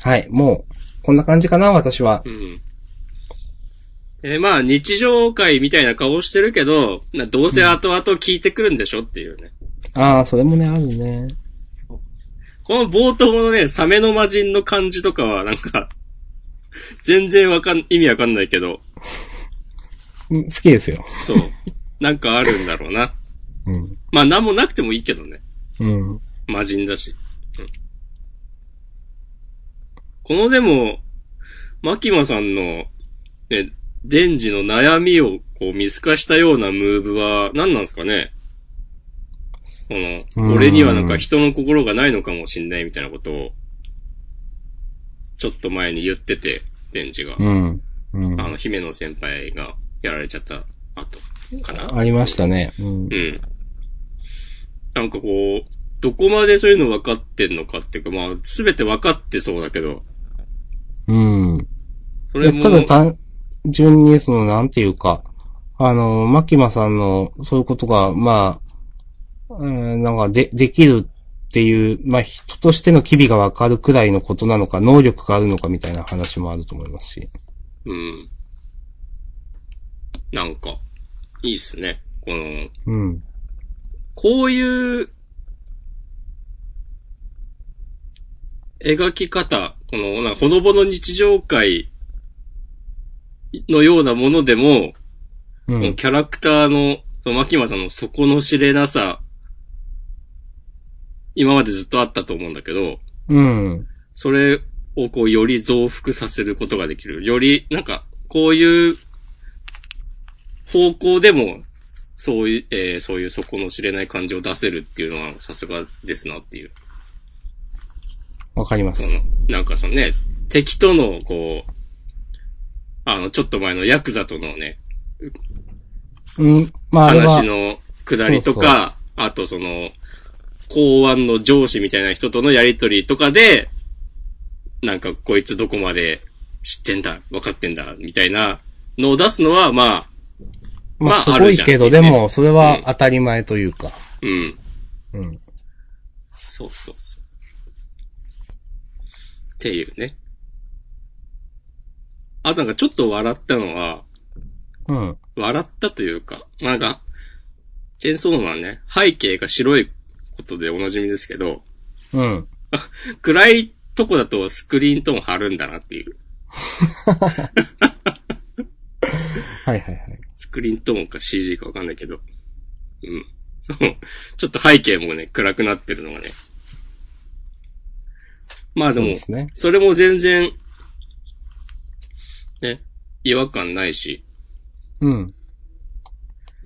はい、もう、こんな感じかな、私は
う。ん。えーまあ、日常会みたいな顔してるけど、などうせ後々聞いてくるんでしょっていうね。
ああ、それもね、あるね。
この冒頭のね、サメの魔人の感じとかはなんか、 全然わかん、意味わかんないけど、
うん好きですよ。
そう。なんかあるんだろうな。
うん。
まあなんもなくてもいいけどね。
うん。
魔人だし。うんこのでも、マキマさんの、ね、デンジの悩みをこう見透かしたようなムーブは何なんですかねこ
う
の、
ん
俺にはなんか人の心がないのかもしんないみたいなことを、ちょっと前に言ってて、デンジが。
うん。うん。
あの、姫野先輩がやられちゃった後かな
ありましたね。うん
う。ん。なんかこう、どこまでそういうの分かってんのかっていうか、まあ、すべて分かってそうだけど、
うん。
そ
い
れ
や
も、
ただ単純に、その、なんていうか、あの、マキマさんの、そういうことが、まあ、うん、なんか、で、できるっていう、まあ、人としての機微がわかるくらいのことなのか、能力があるのかみたいな話もあると思いますし。
うん。なんか、いいっすね。この、
うん。
こういう、描き方、この、なんか、ほのぼの日常会のようなものでも、
う
この
ん。
キャラクターの、その、牧間さんの底の知れなさ、今までずっとあったと思うんだけど、
うん。
それをこう、より増幅させることができる。より、なんか、こういう方向でも、そういう、えーそういう底の知れない感じを出せるっていうのは、さすがですなっていう。
わかりま
そ
す。
の、なんかそのね、敵との、こう、あの、ちょっと前のヤクザとのね、
うん。まあ、あれ
話
は、
の下りとか、あとその、公安の上司みたいな人とのやりとりとかで、なんかこいつどこまで知ってんだ、分かってんだ、みたいなのを出すのは、まあ、
ま
ま
あ、
あ
す
あ
ご
る
い
じゃんってい
け
うね
ど、でも、それは当たり前というか。
うん。
うん。
そうそうそう。っていうね。あとなんかちょっと笑ったのは、
うん。
笑ったというか、まあなんか、チェーンソーマンね、背景が白いことでおなじみですけど、
うん。
暗いとこだとスクリーントーン貼るんだなっていう。
はいはいはい。
スクリーントーンか CG かわかんないけど。うん。そう。ちょっと背景もね、暗くなってるのがね。まあで
そう
も
で、すね。
それも全然、ね、違和感ないし、
うん。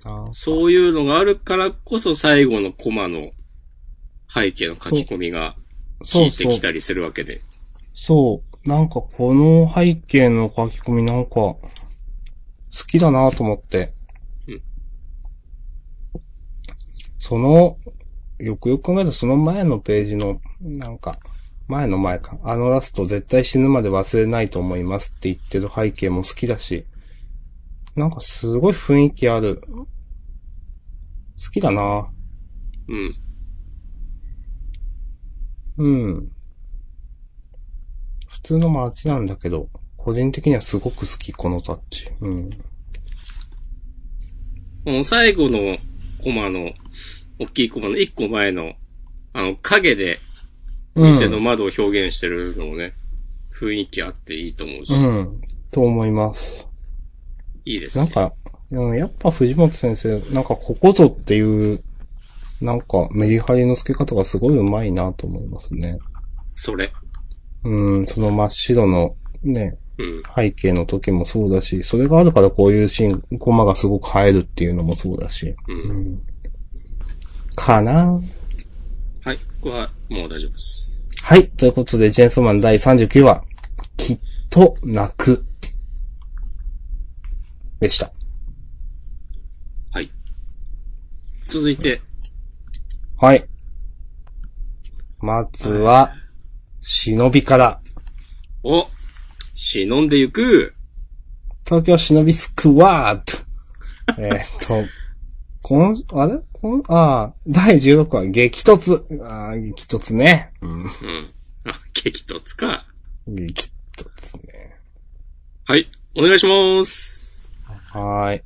あー
そういうのがあるからこそ最後のコマの背景の書き込みが効
そう
いて
そう
き。たりするわけで。
そう。なんかこの背景の書き込みなんか、好きだなと思って。
うん
その、よくよく考えたらその前のページの、なんか、前の前か。あのラスト絶対死ぬまで忘れないと思いますって言ってる背景も好きだし、なんかすごい雰囲気ある。好きだな
うん。
うん。普通の街なんだけど、個人的にはすごく好き、このタッチ。うん。
この最後のコマの、大きいコマの一個前の、あの、影で店の窓を表現してるのもね、雰囲気あっていいと思うし、
うん。うん。と思います。
いいです
なん
ね。
か、うんやっぱ藤本先生、なんかここぞっていう、なんかメリハリの付け方がすごい上手いなと思いますね。
それ。
うん、その真っ白のね、
うん。
背景の時もそうだし、それがあるからこういうシーン、コマがすごく映えるっていうのもそうだし。
うん。
うん。かな
はい。ここはもう大丈夫です。
はい。ということで、ジェンソーマン第39話、きっと泣く。でした。
はい。続いて、
はい。まずは、忍びから、
お忍んでゆく
東京忍びスクワート。 えーっと、この、あれこの、ああ、第16話、激突。ああ、激突ね。うん。
うん。あ、激突か。
激突ね。
はい。お願いします。
はーい。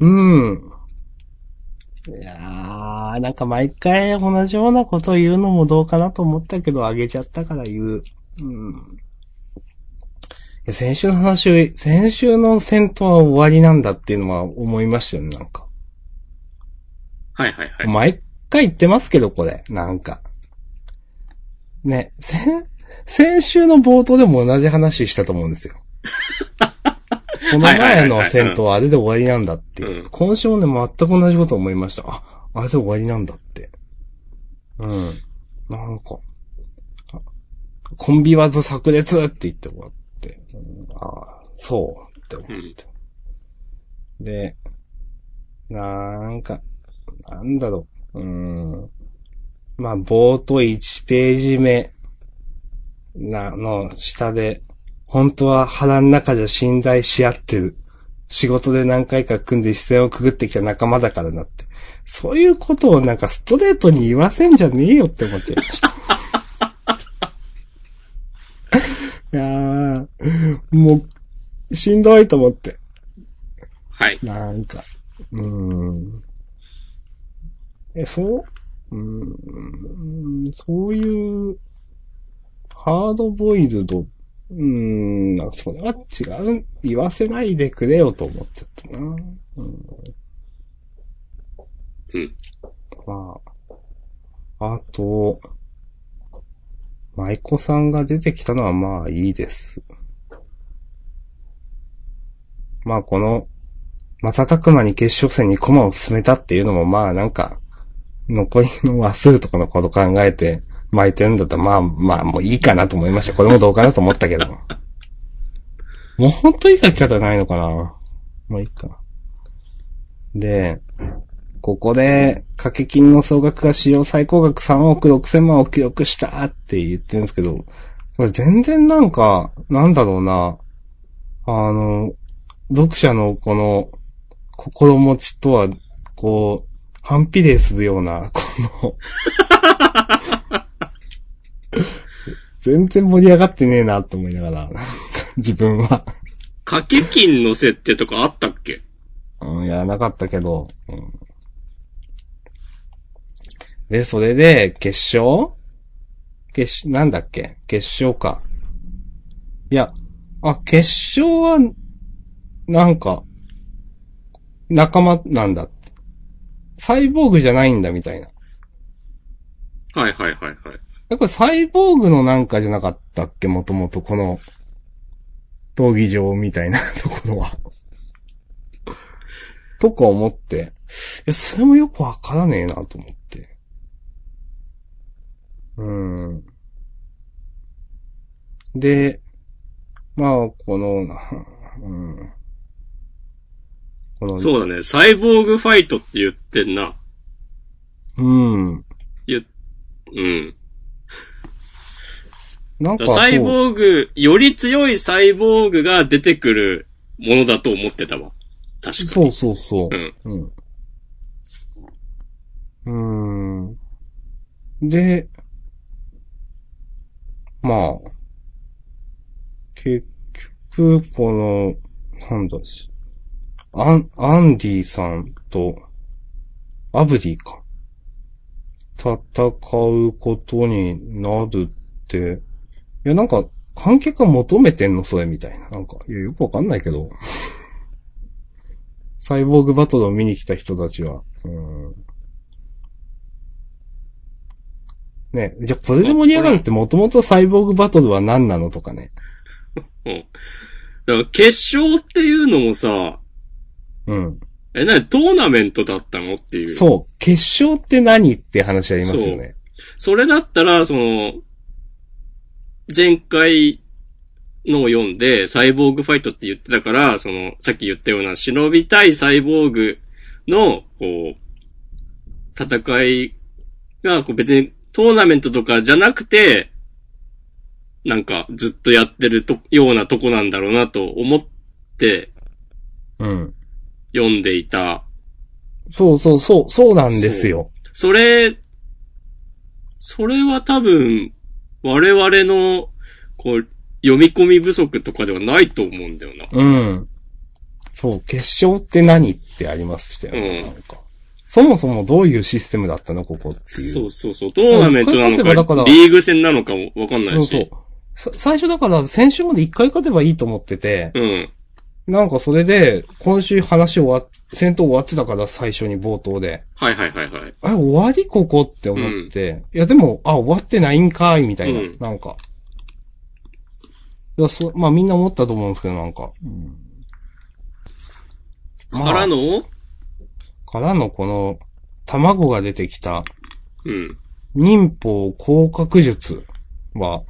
うん。いやー、あ、なんか毎回同じようなことを言うのもどうかなと思ったけど、あげちゃったから言う。うん。いや、先週の話を、先週の戦闘は終わりなんだっていうのは思いましたよね、なんか。
はいはいはい。
毎回言ってますけど、これ。なんか。ね、先、先週の冒頭でも同じ話したと思うんですよ。その前の戦闘はあれで終わりなんだっていうう。
ん
今週もね、全く同じこと思いました。あ、あれで終わりなんだって。うん。なんか、あコンビ技炸裂って言って終わって。うんああ、そうって思って。で、なんか、なんだろう。うーん。まあ、冒頭1ページ目な、の下で、本当は腹の中じゃ信頼し合ってる。仕事で何回か組んで視線をくぐってきた仲間だからなって。そういうことをなんかストレートに言わせんじゃねえよって思っちゃいました。 いやー、もう、しんどいと思って。
はい。
なんか、うーん。え、そう、うーん、そういう、ハードボイルド、うーん、なんかそれは違う、言わせないでくれよと思っちゃったな。うん。
うん。
まあ、あと、舞妓さんが出てきたのはまあいいです。まあこの、瞬く間に決勝戦に駒を進めたっていうのもまあなんか、残りの話数とかのこと考えて巻いてるんだったらまあまあもういいかなと思いました。これもどうかなと思ったけど。 もうほんといい書き方ないのかなもういいか。で、ここで、掛け金の総額が使用最高額3億6千万を記録したって言ってるんですけど、これ全然なんか、なんだろうな、あの、読者のこの、心持ちとは、こう、反比例するような、この、全然盛り上がってねえなと思いながら、なんか自分は。
掛け金の設定とかあったっけ
うん、やらなかったけど。うん、で、それで、決勝決勝、なんだっけ決勝か。いや、あ、決勝は、なんか、仲間なんだって。サイボーグじゃないんだ、みたいな。
はいはいはいはい。
え、これサイボーグのなんかじゃなかったっけもともとこの、闘技場みたいな ところは。とか思って。いや、それもよくわからねえなと思って。うん。で、まあ、この、なうん。この、
そうだね。サイボーグファイトって言ってんな。
うん。
言、うん。
なん
だ
か
からサイ
そう、
ボーグ、より強いサイボーグが出てくるものだと思ってたわ。確か
そう
に。
そうそう。
うん。
うん。うーん。で、まあ、結局、この、なんだし、アン、アンディさんと、アブディか。戦うことになるって、いや、なんか、観客が求めてんのそれみたいな。なんか、いや、よくわかんないけど。 サイボーグバトルを見に来た人たちは。うん。ねじゃあこれで盛り上がるってもともとサイボーグバトルは何なのとかね。
うん。だから決勝っていうのもさ、
うん。
え、なにトーナメントだったのっていう。う。
そう。決勝って何って話ありますよね。
それだったら、その、前回のを読んで、サイボーグファイトって言ってたから、その、さっき言ったような忍びたいサイボーグの、こう、戦いが、こう別にトーナメントとかじゃなくて、なんかずっとやってると、ようなとこなんだろうなと思って
うん。
読んでいた
そうそうそう、そうなんですよ。
それ、それは多分、我々の、こう、読み込み不足とかではないと思うんだよな。
うん。そう、決勝って何ってありましたよね。
うん
なんか。そもそもどういうシステムだったのここっていう。
そうそうそう。トーナメントな
うんこれ
の
勝てばだか
か、
ら
リーグ戦なのかもわかんな
そ
い
そ
うし
う。。さ最初だから先週まで一回勝てばいいと思ってて、
うん。
なんかそれで、今週話終わっ、戦闘終わってたから最初に冒頭で。
はいはいはいはい。
あれ終わりここって思って。いやでも、あ、終わってないんかいみたいな。
うん
なんか。いやそまあみんな思ったと思うんですけど、なんか。まあ
からの
からのこの、卵が出てきた、
うん。
忍法降格術は、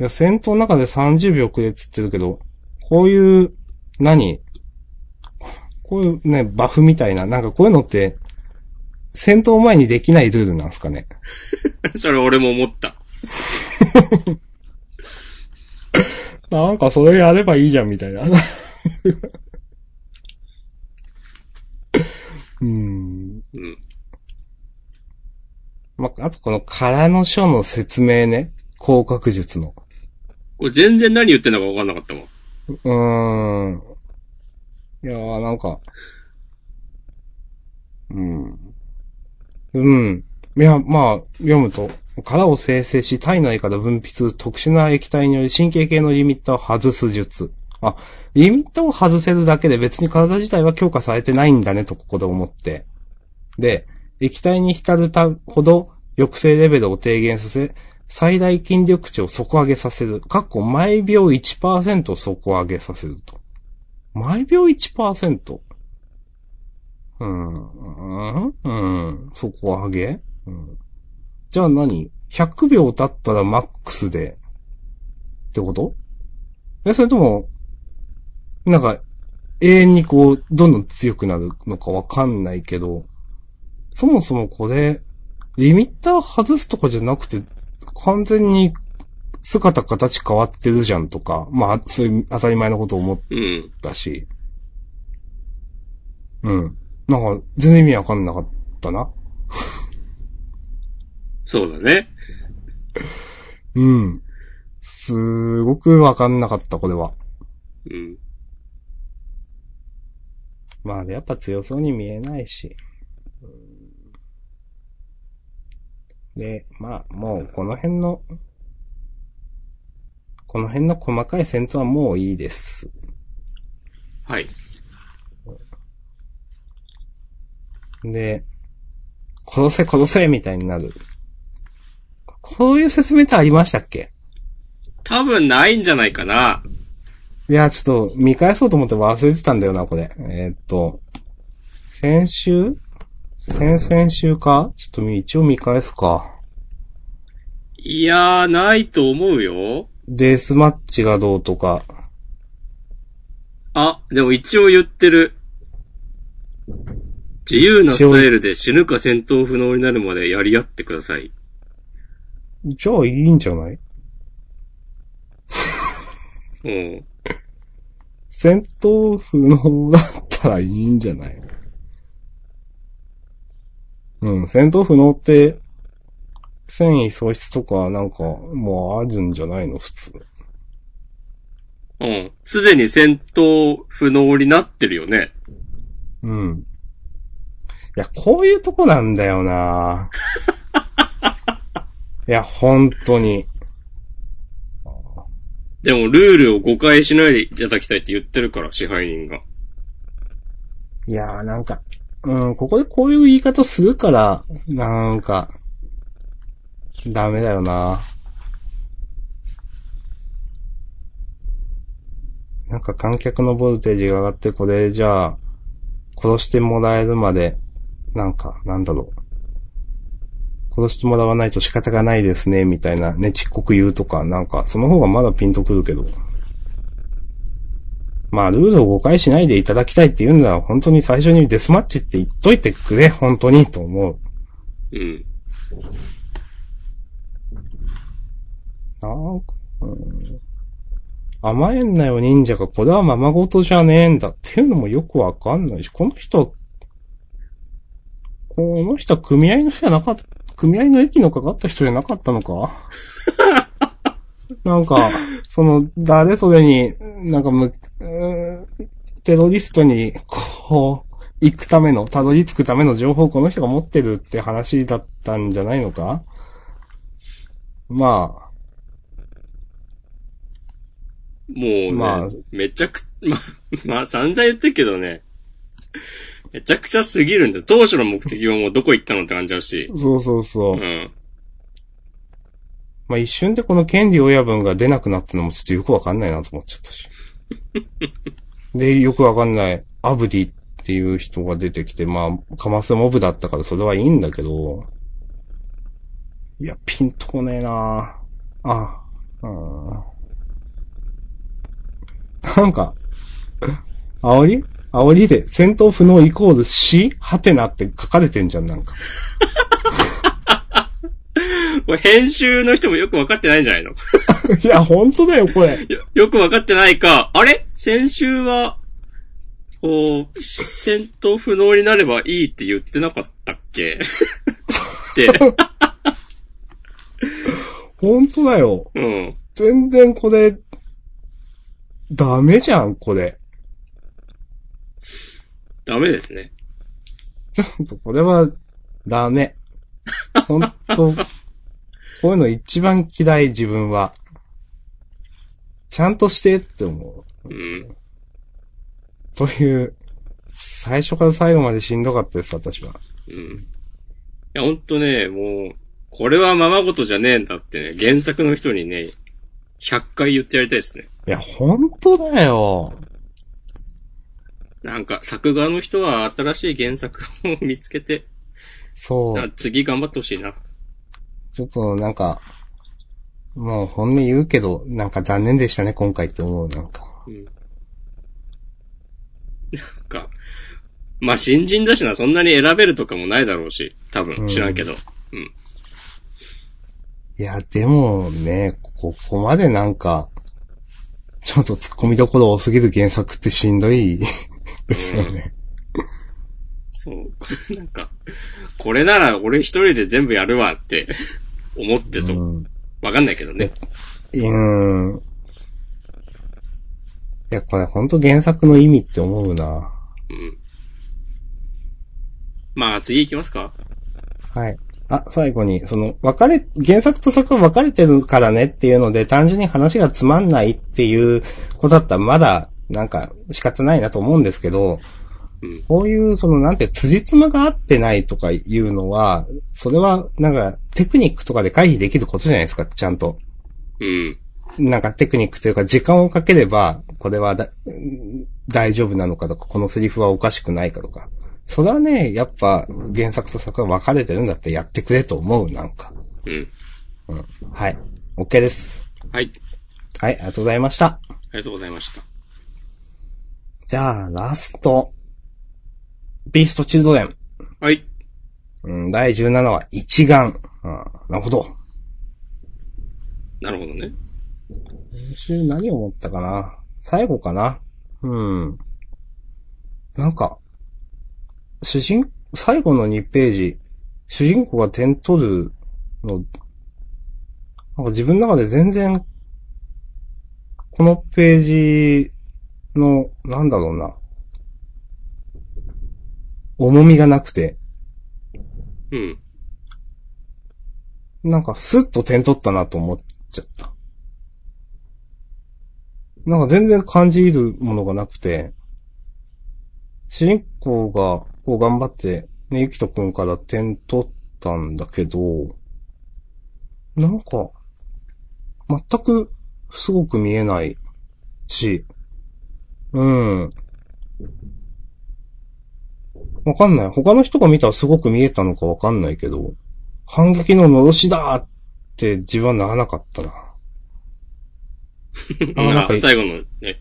いや、戦闘の中で30秒くれっつってるけど、こういう、何こういうね、バフみたいな、なんかこういうのって、戦闘前にできないルールなんですかね。
それ俺も思った。
なんかそれやればいいじゃんみたいな。 うん。
うん。
まあ、あとこの空の書の説明ね。降格術の。
これ全然何言ってんのかわかんなかったわ。
うーん。いやー、なんか。うん。うん。いや、まあ、読むと、殻を生成し、体内から分泌、特殊な液体により神経系のリミッターを外す術。あ、リミッターを外せるだけで別に体自体は強化されてないんだねとここで思って。で、液体に浸るたほど抑制レベルを低減させ、最大筋力値を底上げさせる。かっこ毎秒1%を底上げさせると。毎秒 1%? うーん、うーん、底上げ、うん、じゃあ何 ?100 秒経ったらマックスで、ってことえ、それとも、なんか、永遠にこう、どんどん強くなるのかわかんないけど、そもそもこれ、リミッター外すとかじゃなくて、完全に姿形変わってるじゃんとか、まあ、そういう当たり前のことを思っ
うん。
だし。うん。なんか、全然意味わかんなかったな。
そうだね。
うん。すごくわかんなかった、これは。
うん。
まあ、やっぱ強そうに見えないし。で、まあ、もう、この辺の、この辺の細かい戦闘はもういいです。
はい。
で、殺せ殺せみたいになる。こういう説明ってありましたっけ
多分ないんじゃないかな。
いや、ちょっと見返そうと思って忘れてたんだよな、これ。えーっと、先週先々週かちょっとみ一応見返すか。
いやー、ないと思うよ。
デスマッチがどうとか。
あ、でも一応言ってる。自由なスタイルで死ぬか戦闘不能になるまでやり合ってください。
じゃあいいんじゃない
うん。
戦闘不能だったらいいんじゃないうん、戦闘不能って、繊維喪失とかなんかもうあるんじゃないの普通。
うん。すでに戦闘不能になってるよね。
うん。いや、こういうとこなんだよないや、本当に。
でもルールを誤解しないでいただきたいって言ってるから、支配人が。
いやーなんか、うん、ここでこういう言い方するから、なんか、ダメだよななんか観客のボルテージが上がって、これじゃあ、殺してもらえるまで、なんか、なんだろう。殺してもらわないと仕方がないですね、みたいな、ね、ちっこく言うとか、なんか、その方がまだピンとくるけど。まあ、ルールを誤解しないでいただきたいって言うんなら、本当に最初にデスマッチって言っといてくれ、本当に、と思う。
うん。
なんか、うん甘えんなよ忍者が、これはままごとじゃねえんだっていうのもよくわかんないし、この人は、この人は組合の人じゃなかった、組合の駅のかかった人じゃなかったのかなんか、その、誰それに、なんかむ、うーんテロリストに、こう、行くための、たどり着くための情報をこの人が持ってるって話だったんじゃないのかまあ、
もうね、
まあ
めちゃく、 ま、まあ、散々言ってるけどね、めちゃくちゃすぎるんだよ。当初の目的はもうどこ行ったのって感じだし。
そうそうそうう。
ん。
まあ一瞬でこの権利親分が出なくなったのもちょっとよくわかんないなと思っちゃ ったし。で、よくわかんない、アブディっていう人が出てきて、まあ、カマスモブだったからそれはいいんだけど、いや、ピンとこねえなあ、うん。なんか、煽り煽りで戦闘不能イコール死はてなって書かれてんじゃん、なんか。
これ編集の人もよくわかってないんじゃないの
いや、本当だよ、これ。
よよくわかってないか、あれ先週は、こう、戦闘不能になればいいって言ってなかったっけ って。
本当だよ。
うん。
全然これ、ダメじゃん、これ。
ダメですね。
ちょっとこれは、ダメ。ほんと、こういうの一番嫌い、自分は。ちゃんとしてって思う。
うん。
という、最初から最後までしんどかったです、私は。
うん。いや、ほんとね、もう、これはままごとじゃねえんだってね、原作の人にね、100回言ってやりたいですね。
いや、ほんとだよ。
なんか、作画の人は新しい原作を見つけて、
そう。
な次頑張ってほしいな。
ちょっとなんか、もう本音言うけど、なんか残念でしたね、今回って思う、なんか。
うん。なんか、まあ、新人だしな、そんなに選べるとかもないだろうし、多
う
分、
ん
知らんけど。
いや、でもね、ここまでなんか、ちょっと突っ込みどころ多すぎる原作ってしんどいですよね。
そう。 なんか、これなら俺一人で全部やるわって思ってそうう。
ん。
わかんないけどね。
うん。いや、これほんと原作の意味って思うな。
うん。まあ、次行きますか
はい。あ、最後に、その、別れ、原作と作は分かれてるからねっていうので、単純に話がつまんないっていうことだったら、まだ、なんか、仕方ないなと思うんですけど、
うん
こういう、その、なんて、辻褄が合ってないとかいうのは、それは、なんか、テクニックとかで回避できることじゃないですか、ちゃんと。
うん。
なんかテクニックというか時間をかければ、これはだうん大丈夫なのかとか、このセリフはおかしくないかとか。それはね、やっぱ原作と作は分かれてるんだってやってくれと思う、なんか。
うん。
はい。OK です。
はい。
はい、ありがとうございました。
ありがとうございました。
じゃあ、ラスト。ビーストチルドレン。
はい。
うん、第17話、一眼。うん、なるほど。
なるほどね。
今週何を思ったかな最後かなうん。なんか、主人、最後の2ページ、主人公が点取るの、なんか自分の中で全然、このページの、なんだろうな、重みがなくて、
うん。
なんかスッと点取ったなと思っちゃった。なんか全然感じるものがなくて、主人公がこう頑張って、ね、ゆきとくんから点取ったんだけど、なんか、全くすごく見えないし、うん。わかんない。他の人が見たらすごく見えたのかわかんないけど、反撃ののろしだって自分はならなかったな。あなん
あ
かいい
最後のね、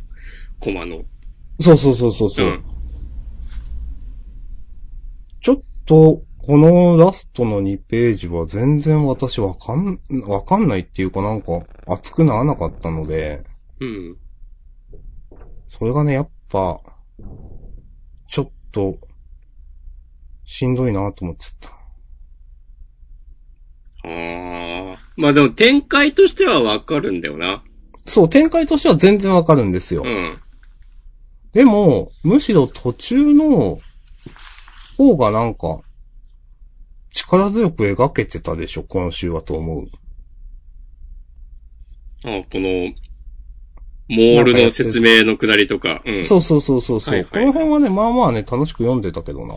コマの。
そうそうそうそうそう、
うん
ちょっと、このラストの2ページは全然私わかん、わかんないっていうかなんか熱くならなかったので、
うん。
それがね、やっぱ、ちょっと、しんどいなと思っちゃった。
ああ。まあでも展開としてはわかるんだよな。
そう、展開としては全然わかるんですよ。
うん。
でも、むしろ途中の方がなんか、力強く描けてたでしょ、今週はと思う。
あこの、モールの説明のくだりとか。うん。
そうそうそうそうそう、
はいはい
この辺はね、まあまあね、楽しく読んでたけどな。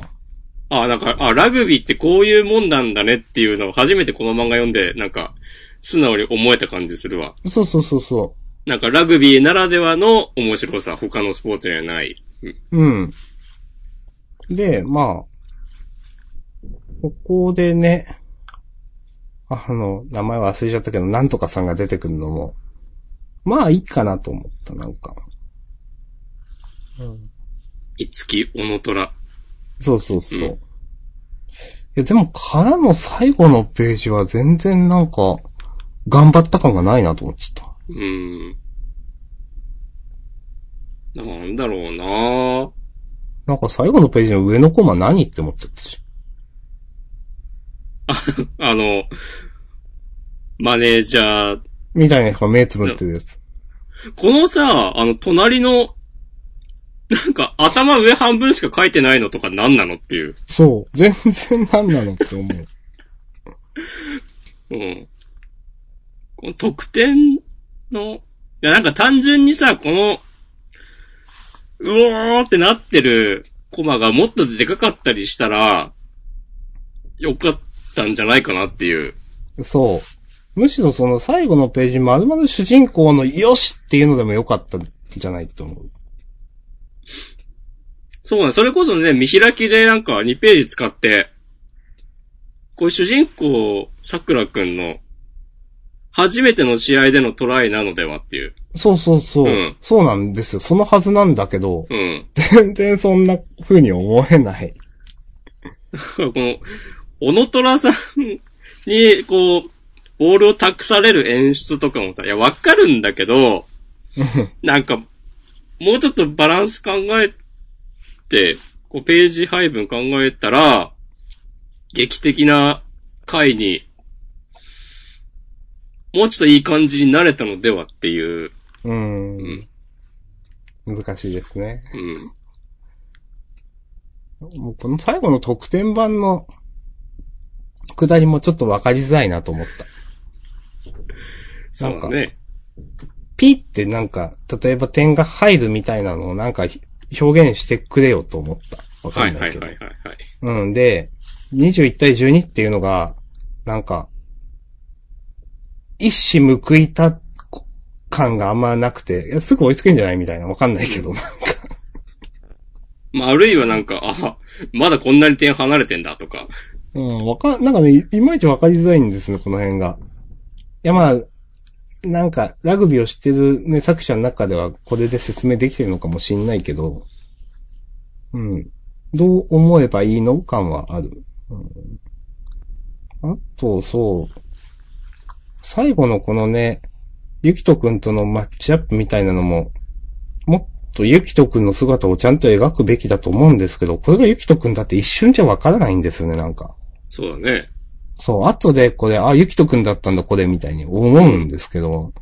あ、なんか、あ、ラグビーってこういうもんなんだねっていうのを初めてこの漫画読んで、なんか、素直に思えた感じするわ。
そうそうそうそ
なんか、ラグビーならではの面白さ、他のスポーツにはない。うん
う。うん。で、まあ、ここでね、あの、名前忘れちゃったけど、なんとかさんが出てくるのも、まあいいかなと思った、なんか。
いつき、おのとら。
そうそうそう。
うん
いや、でも、からの最後のページは全然なんか、頑張った感がないなと思っちゃっ
うん。なんだろうな
た。なんか最後のページの上のコマ何って思っちゃったし。
あの、マネージャー。
みたいな人が目つぶってるやつ。
このさ、あの、隣の、なんか、頭上半分しか書いてないのとか何なのっていう。
そう。全然何なのって思う。
うん。この得点の、いや、なんか単純にさ、この、うおーってなってるコマがもっとでかかったりしたら、よかったんじゃないかなっていう。
そう。むしろその最後のページ、まるまる主人公のよしっていうのでもよかったんじゃないと思う。
そうなんそれこそね、見開きでなんか2ページ使って、こういう主人公、桜くんの、初めての試合でのトライなのではっていう。
そうそうそう。
うん
そうなんですよ。そのはずなんだけど、
うん。
全然そんな風に思えない。
この、小野虎さんに、こう、ボールを託される演出とかもさ、いや、わかるんだけど、なんか、もうちょっとバランス考えて、こう、ページ配分考えたら、劇的な回に、もうちょっといい感じになれたのではっていう、
うん
ん。
難しいですね。
うん。
もうこの最後の特典版の下りもちょっとわかりづらいなと思った。
そうだね。
ピってなんか、例えば点が入るみたいなのをなんか表現してくれよと思った。わ
は
か
い
ん
は
ない
い
け
は
ど
いはい。はい。
うんで、21対12っていうのが、なんか、一矢報いた感があんまなくて、いやすぐ追いつけんじゃないみたいな、わかんないけど、なんか。
まあ、あるいはなんか、あ、まだこんなに点離れてんだとか。
うん、わか、なんかね、いいまいちわかりづらいんですね、この辺が。いや、まあ、なんか、ラグビーを知ってるね、作者の中では、これで説明できてるのかもしんないけど、うん。どう思えばいいの感はある。うん、あと、そう。最後のこのね、ゆきとくんとのマッチアップみたいなのも、もっとゆきとくんの姿をちゃんと描くべきだと思うんですけど、これがゆきとくんだって一瞬じゃわからないんですよね、なんか。
そうだね。
そう、後でこれ、あ、ゆきとくんだったんだ、これ、みたいに思うんですけど、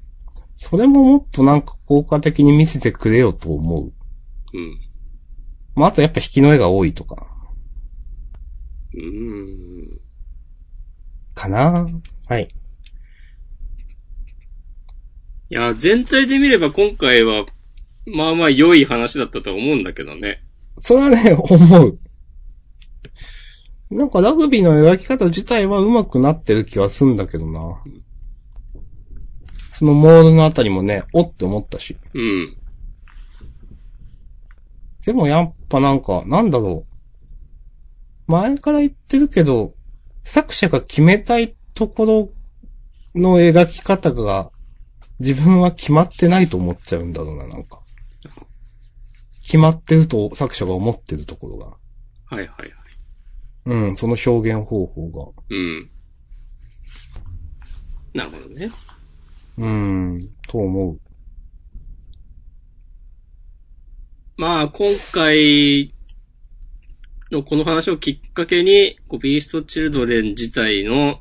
それももっとなんか効果的に見せてくれよと思う。
うん。
まあ、あとやっぱ引きの絵が多いとか、
うーん。
かなはい。
いや、全体で見れば今回は、まあまあ良い話だったと思うんだけどね。
それはね、 思う。なんかラグビーの描き方自体は上手くなってる気はすんだけどな。そのモールのあたりもね、おって思ったし。
うん。
でもやっぱなんか、なんだろう。前から言ってるけど、作者が決めたいところの描き方が、自分は決まってないと思っちゃうんだろうな、なんか。決まってると作者が思ってるところが。
はいはいはい。
うん、その表現方法
うん。なるほどね。
が。うん、と思う。
まあ今回のこの話をきっかけに、こうビーストチルドレン自体の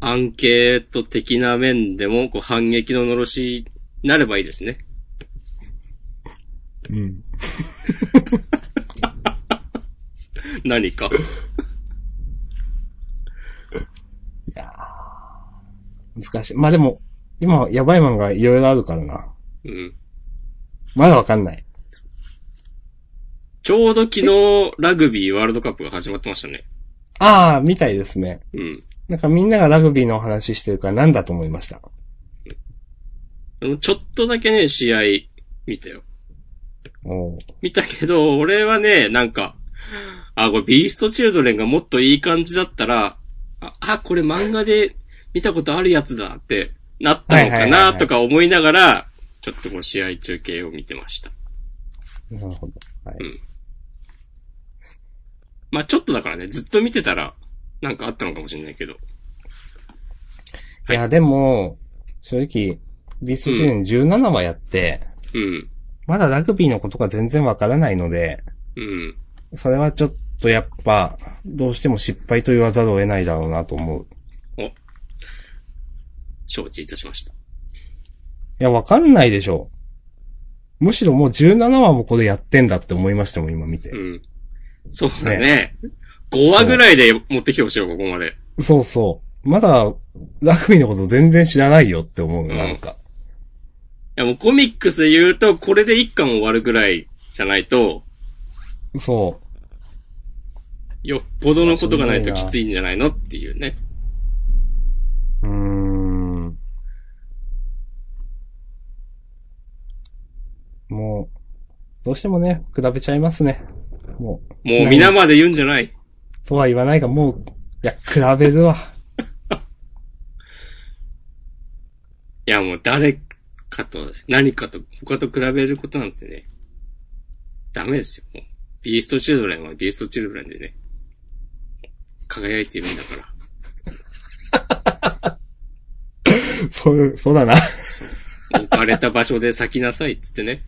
アンケート的な面でも、こう反撃ののろしになればいいですね。
うん。
何か。
いやー難しい。まあでも、今、やばい漫画いろいろあるからな。
うん。
まだわかんない。
ちょうど昨日、ラグビーワールドカップが始まってましたね。
ああ、みたいですね。
うん。
なんかみんながラグビーのお話してるからなんだと思いました。
でもちょっとだけね、試合見たよ。
おー
見たけど、俺はね、なんか、あ、これビーストチルドレンがもっといい感じだったら、あ、あこれ漫画で見たことあるやつだってなったの
は
か
いはいはいは
ないとか思いながら、ちょっとこう試合中継を見てました。
なるほど。はい。
まあちょっとだからね、ずっと見てたら、なんかあったのかもしれないけど。
いや、でも、正直、ビーストチルン17話やって、
うん。
まだラグビーのことが全然わからないので、
うん。
それはちょっとやっぱ、どうしても失敗と言わざるを得ないだろうなと思う。
承知いたしました。
いや、わかんないでしょう。むしろもう17話もこれやってんだって思いましたもん、今見て
う。ん。そうだね。5話ぐらいで持ってきてほしいよ、ここまで。
そうそう。まだ、ラグビーのこと全然知らないよって思う、
ん
なんか。
いやもうコミックスで言うと、これで1巻終わるぐらいじゃないと、
そ
よっぽどのことがないときついんじゃないのっていうね。
う。うーん。もう、どうしてもね、比べちゃいますね。もう。
もう皆まで言うんじゃない。
とは言わないが、もう、いや、比べるわ。
いやもう誰かと、何かと、他と比べることなんてね、ダメですよ。もうビーストチルドレンはビーストチルドレンでね、輝いてるんだから。
そう、そうだな。
置かれた場所で咲きなさいっつってね。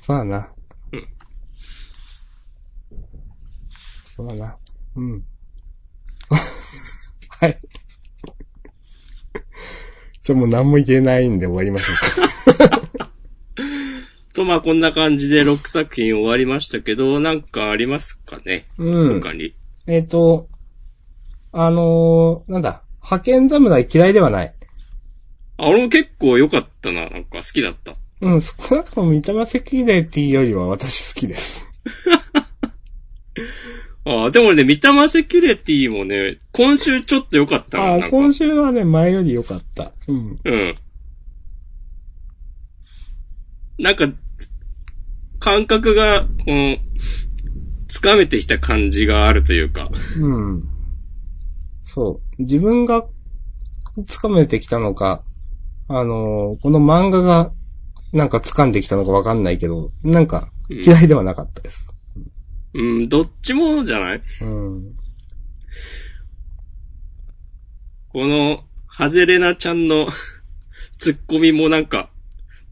そうだな。
うん
そうだな。うん。 はい。 ちょ、もう何も言えないんで終わりましょうか。
と、まあこんな感じで6作品終わりましたけど、なんかありますかね
う
他に。
えっ、と、あのーなんだ、派遣侍嫌いではない。
あ、俺も結構良かったな。なんか好きだった。
うん、少なくとも見た目セキュリティよりは私好きです。
ああ、でもね、三玉セキュリティもね、今週ちょっと良かったな。
あ
な
ー、
んか
今週はね、前より良かった。うん。
うん。なんか、感覚が、この、つかめてきた感じがあるというか。
うん。そう。自分が掴めてきたのか、あのーこの漫画がなんか掴んできたのかわかんないけど、なんか
うん
嫌いではなかったです。
うん、どっちもじゃな
う
い
ん。
この、ハゼレナちゃんの ツッコミもなんか、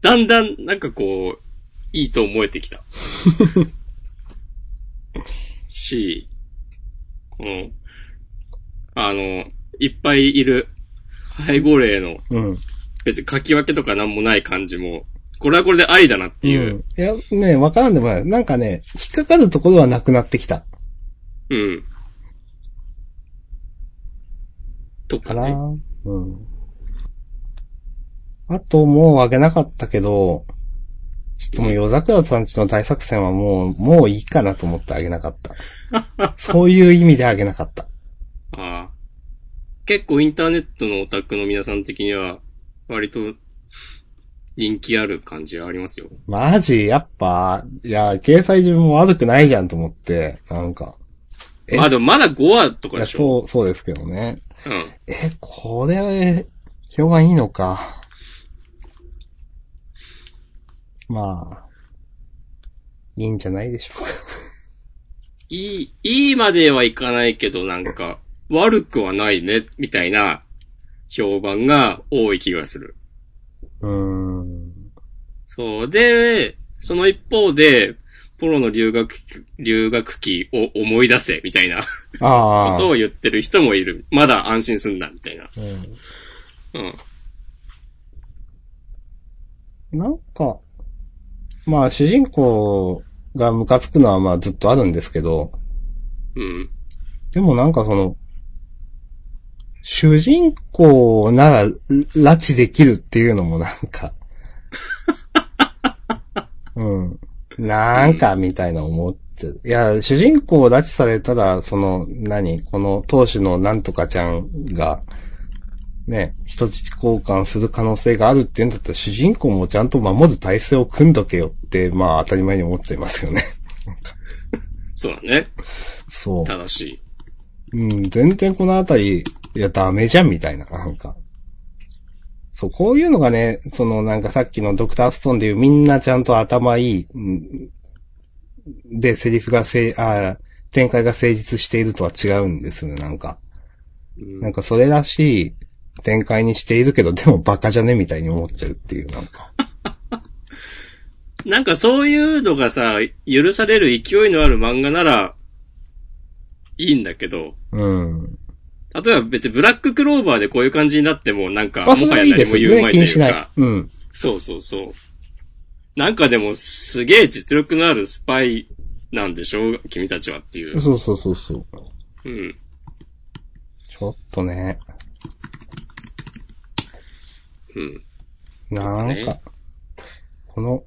だんだん、なんかこう、いいと思えてき た。し、この、あの、いっぱいいる、背後霊の、
うん。
別に書き分けとかなんもない感じも、これはこれでありだなっていう
ん。
う。
いや、ねわからんでもない。なんかね、引っかかるところはなくなってきた。
うん。と
か
か
な
ね。
うん。あと、もうあげなかったけど、ちょっともう夜桜さんちの大作戦はもう、もういいかなと思ってあげなか った。そういう意味であげなかった。
ああ。結構インターネットのオタクの皆さん的には、割と人気ある感じありますよ。
マジ、やっぱ、いや、掲載順も悪くないじゃんと思って、なんか。え
まあでもまだ5話と
い
か
や、
でしょ。
そう、そうですけどね。
うん。
え、これ、評判いいのか。まあ、いいんじゃないでしょうか。
いい、いいまではいかないけど、なんか、悪くはないね、みたいな評判が多い気がする。
うーん。
そう。で、その一方で、ポロの留学、留学期を思い出せ、みたいな
あ
こ
あ。
とを言ってる人もいる。まだ安心すんな、みたいな。
う
うん。
んなんか、まあ主人公がムカつくのはまあずっとあるんですけど、
うん。
でもなんかその、主人公なら拉致できるっていうのもなんか、 うん。なんかみたいな思ってる。いや、主人公を拉致されたら、その、何この当主のなんとかちゃんが、ね、人質交換する可能性があるっていうんだったら、主人公もちゃんと守る体制を組んどけよって、まあ当たり前に思っちゃいますよね。
そうだね。
そう。
正しい。
うん、全然このあたり、いや、ダメじゃん、みたいな、なんか。そう、こういうのがね、その、なんかさっきのドクターストーンでいうみんなちゃんと頭いい、うんで、セリフがせい、あー展開が成立しているとは違うんですよね、なんか。
うん
なんかそれらしい展開にしているけど、でもバカじゃねみたいに思っちゃうっていう、なんか。
なんかそういうのがさ、許される勢いのある漫画なら、いいんだけど、
うん。
例えば別にブラッククローバーでこういう感じになっても、なんか、も
あ、それ
は
はい
や
いで
何も
す。
言う
全
ま
然気
いと
に
い
し
う
ない
か。、
うん。
そうそうそう。なんかでもすげえ実力のあるスパイなんでしょう君たちはっていう。
そうそうそうそう。
う
ち
ん。
ょっとね。
うん。
なんか、
とかね
この、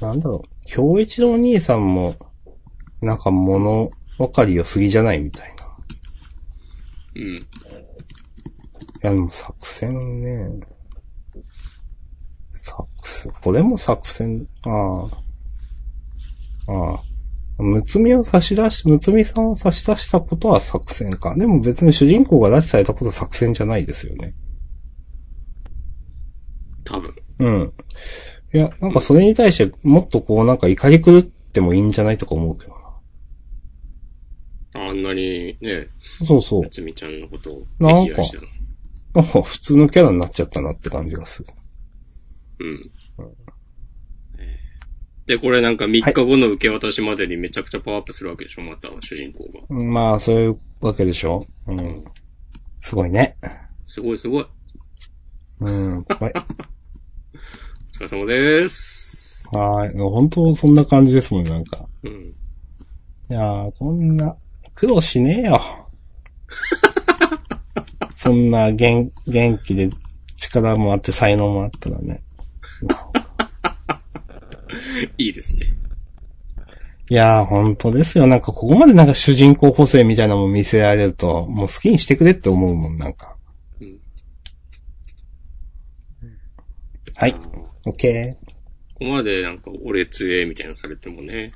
なんだろう、京一郎兄さんも、なんか物分かり良すぎじゃないみたいな。い
うん。
や、でも作戦ね。作戦、これも作戦、ああ。ああ。むつみを差し出し、むつみさんを差し出したことは作戦か。でも別に主人公が拉致されたことは作戦じゃないですよね。
多分。
うん。いや、なんかそれに対してもっとこうなんか怒り狂ってもいいんじゃないとか思うけどな。
あんなにね、
そうそう
夏美ちゃんのことを
なん
溺
か
愛して
な
たの。。
んか普通のキャラになっちゃったなって感じがする。
うん。で、これなんか3日後の受け渡しまでにめちゃくちゃパワーアップするわけでしょまた、主人公が。
うんまあ、そういうわけでしょうん。すごいね。
すごいすごい。
うん、すごい。
お疲れ様です。
はーい。本当そんな感じですもん、なんか。
うん。
いやー、こんな、苦労しねえ よ。そんな元、元気で力もあって才能もあったらね。
いいですね。
いやー、本当ですよ。なんか、ここまでなんか主人公補正みたいなのも見せられると、もう好きにしてくれって思うもん、なんか。
うん。
はい
あ。の
オッケー。
ここまでなんか、俺強えみたいなのされてもね。